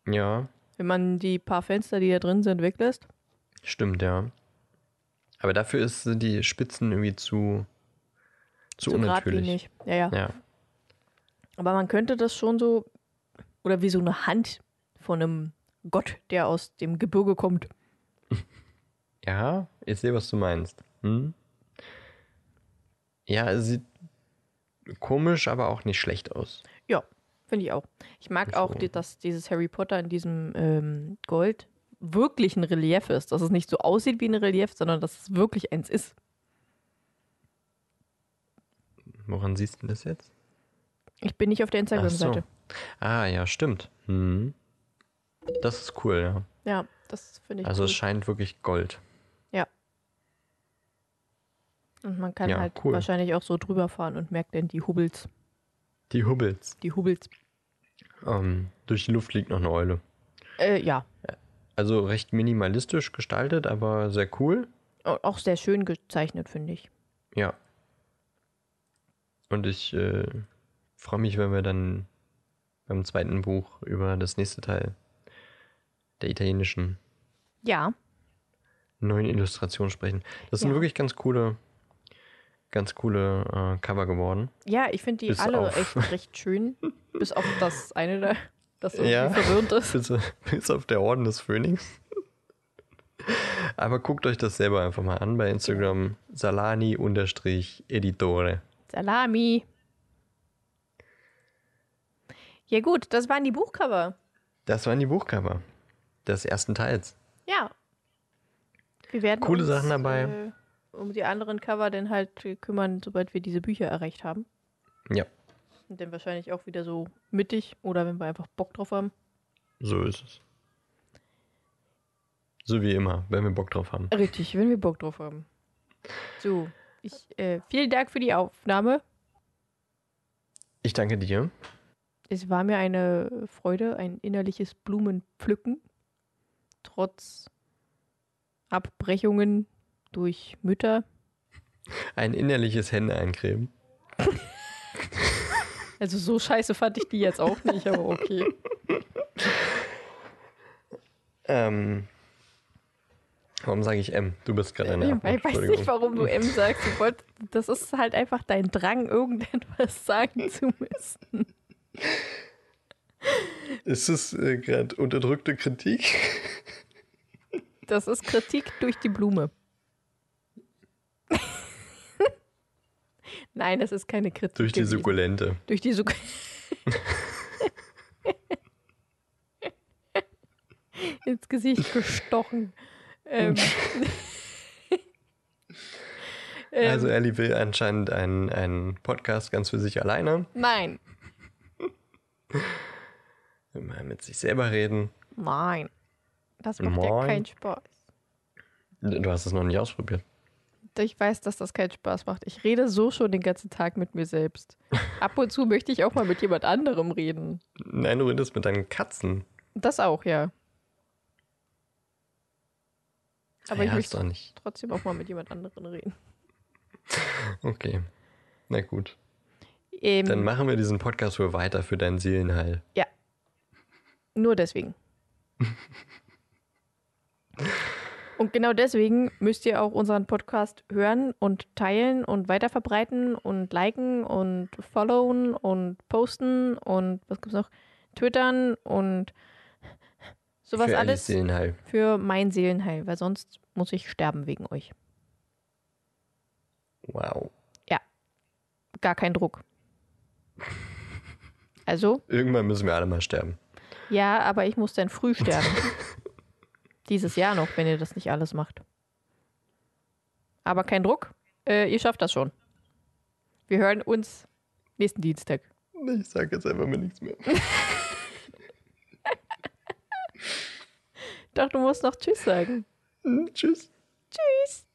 Ja,
wenn man die paar Fenster, die da drin sind, weglässt.
stimmt, ja. Aber dafür ist, sind die Spitzen irgendwie zu, zu, unnatürlich.
geradlinig. Ja, ja,
Ja,
Aber man könnte das schon so oder wie so eine Hand von einem Gott, der aus dem Gebirge kommt.
Ja, ich sehe, was du meinst. Hm? Ja, es sieht komisch, aber auch nicht schlecht aus.
Finde ich auch. Ich mag
Ist
auch,
so.
die, dass dieses Harry Potter in diesem ähm, Gold wirklich ein Relief ist. Dass es nicht so aussieht wie ein Relief, sondern dass es wirklich eins ist.
Woran siehst du das jetzt?
Ich bin nicht auf der
Ach so.
Instagram-Seite.
Ah, ja, stimmt. Hm. Das ist cool, ja.
Ja, das finde ich
also es
cool.
scheint wirklich Gold.
Und man kann
ja,
halt
cool.
wahrscheinlich auch so drüber fahren und merkt dann die Hubbels.
Die Hubbels.
Die Hubbels.
Ähm, durch die Luft fliegt noch eine Eule.
Äh, ja,
Also recht minimalistisch gestaltet, aber sehr cool.
Au- auch sehr schön gezeichnet, finde ich.
Ja. Und ich äh, freue mich, wenn wir dann beim zweiten Buch über das nächste Teil der italienischen
Ja,
neuen Illustration sprechen. Das sind
Ja.
wirklich ganz coole, ganz coole äh, Cover geworden.
ja, ich finde die
Bis
alle
auf-
echt recht schön. Bis auf das eine da, das irgendwie
Ja.
verwirrend ist.
Bis, bis auf der Orden des Phönix. Aber guckt euch das selber einfach mal an bei Instagram salani-editore.
Salami. Ja gut, das waren die Buchcover.
Das waren die Buchcover des ersten Teils.
Ja. Wir werden
Coole
uns,
Sachen dabei.
Äh, um die anderen Cover dann halt äh, kümmern, sobald wir diese Bücher erreicht haben.
Ja,
Und dann wahrscheinlich auch wieder so mittig oder wenn wir einfach Bock drauf haben.
so ist es. So wie immer, wenn wir Bock drauf haben.
Richtig, wenn wir Bock drauf haben. So, ich, äh, vielen Dank für die Aufnahme.
Ich danke dir.
Es war mir eine Freude, ein innerliches Blumenpflücken. Trotz Abbrechungen durch Mütter.
Ein innerliches Hände eincremen.
Also so scheiße fand ich die jetzt auch nicht, aber okay.
Ähm, warum sage ich M? Du bist gerade eine
Ich
Affen,
weiß
Entschuldigung.
nicht, warum du M sagst. Du wollt, das ist halt einfach dein Drang, irgendetwas sagen zu müssen.
Ist es äh, gerade unterdrückte Kritik?
Das ist Kritik durch die Blume. Nein, das ist keine Kritik.
Durch die
gewesen.
Sukkulente.
Durch die Suk Ins Gesicht gestochen. Ähm. Ähm,
Hm. Also Ellie will anscheinend einen, einen Podcast ganz für sich alleine.
nein,
Will mal mit sich selber reden.
nein. Das macht ja
Moin.
keinen Spaß.
Du hast es noch nicht ausprobiert.
Ich weiß, dass das keinen Spaß macht. Ich rede so schon den ganzen Tag mit mir selbst. Ab und zu möchte ich auch mal mit jemand anderem reden.
Nein, du redest mit deinen Katzen.
Das auch, ja. Aber ich
ja, ist
möchte
doch nicht.
trotzdem auch mal mit jemand anderem reden.
Okay. Na gut.
Ähm,
Dann machen wir diesen Podcast wohl weiter für deinen Seelenheil.
Nur deswegen. und genau deswegen müsst ihr auch unseren Podcast hören und teilen und weiterverbreiten und liken und followen und posten und was gibt's noch? Twittern und sowas
für Ellies
alles
Seelenheil.
für mein Seelenheil, weil sonst muss ich sterben wegen euch.
Wow.
Gar kein Druck. Also,
Irgendwann müssen wir alle mal sterben.
ja, aber ich muss dann früh sterben. Dieses Jahr noch, wenn ihr das nicht alles macht. Aber kein Druck. Äh, ihr schafft das schon. Wir hören uns nächsten Dienstag.
Ich sage jetzt einfach mal nichts mehr.
Doch, du musst noch Tschüss sagen.
Tschüss.
Tschüss.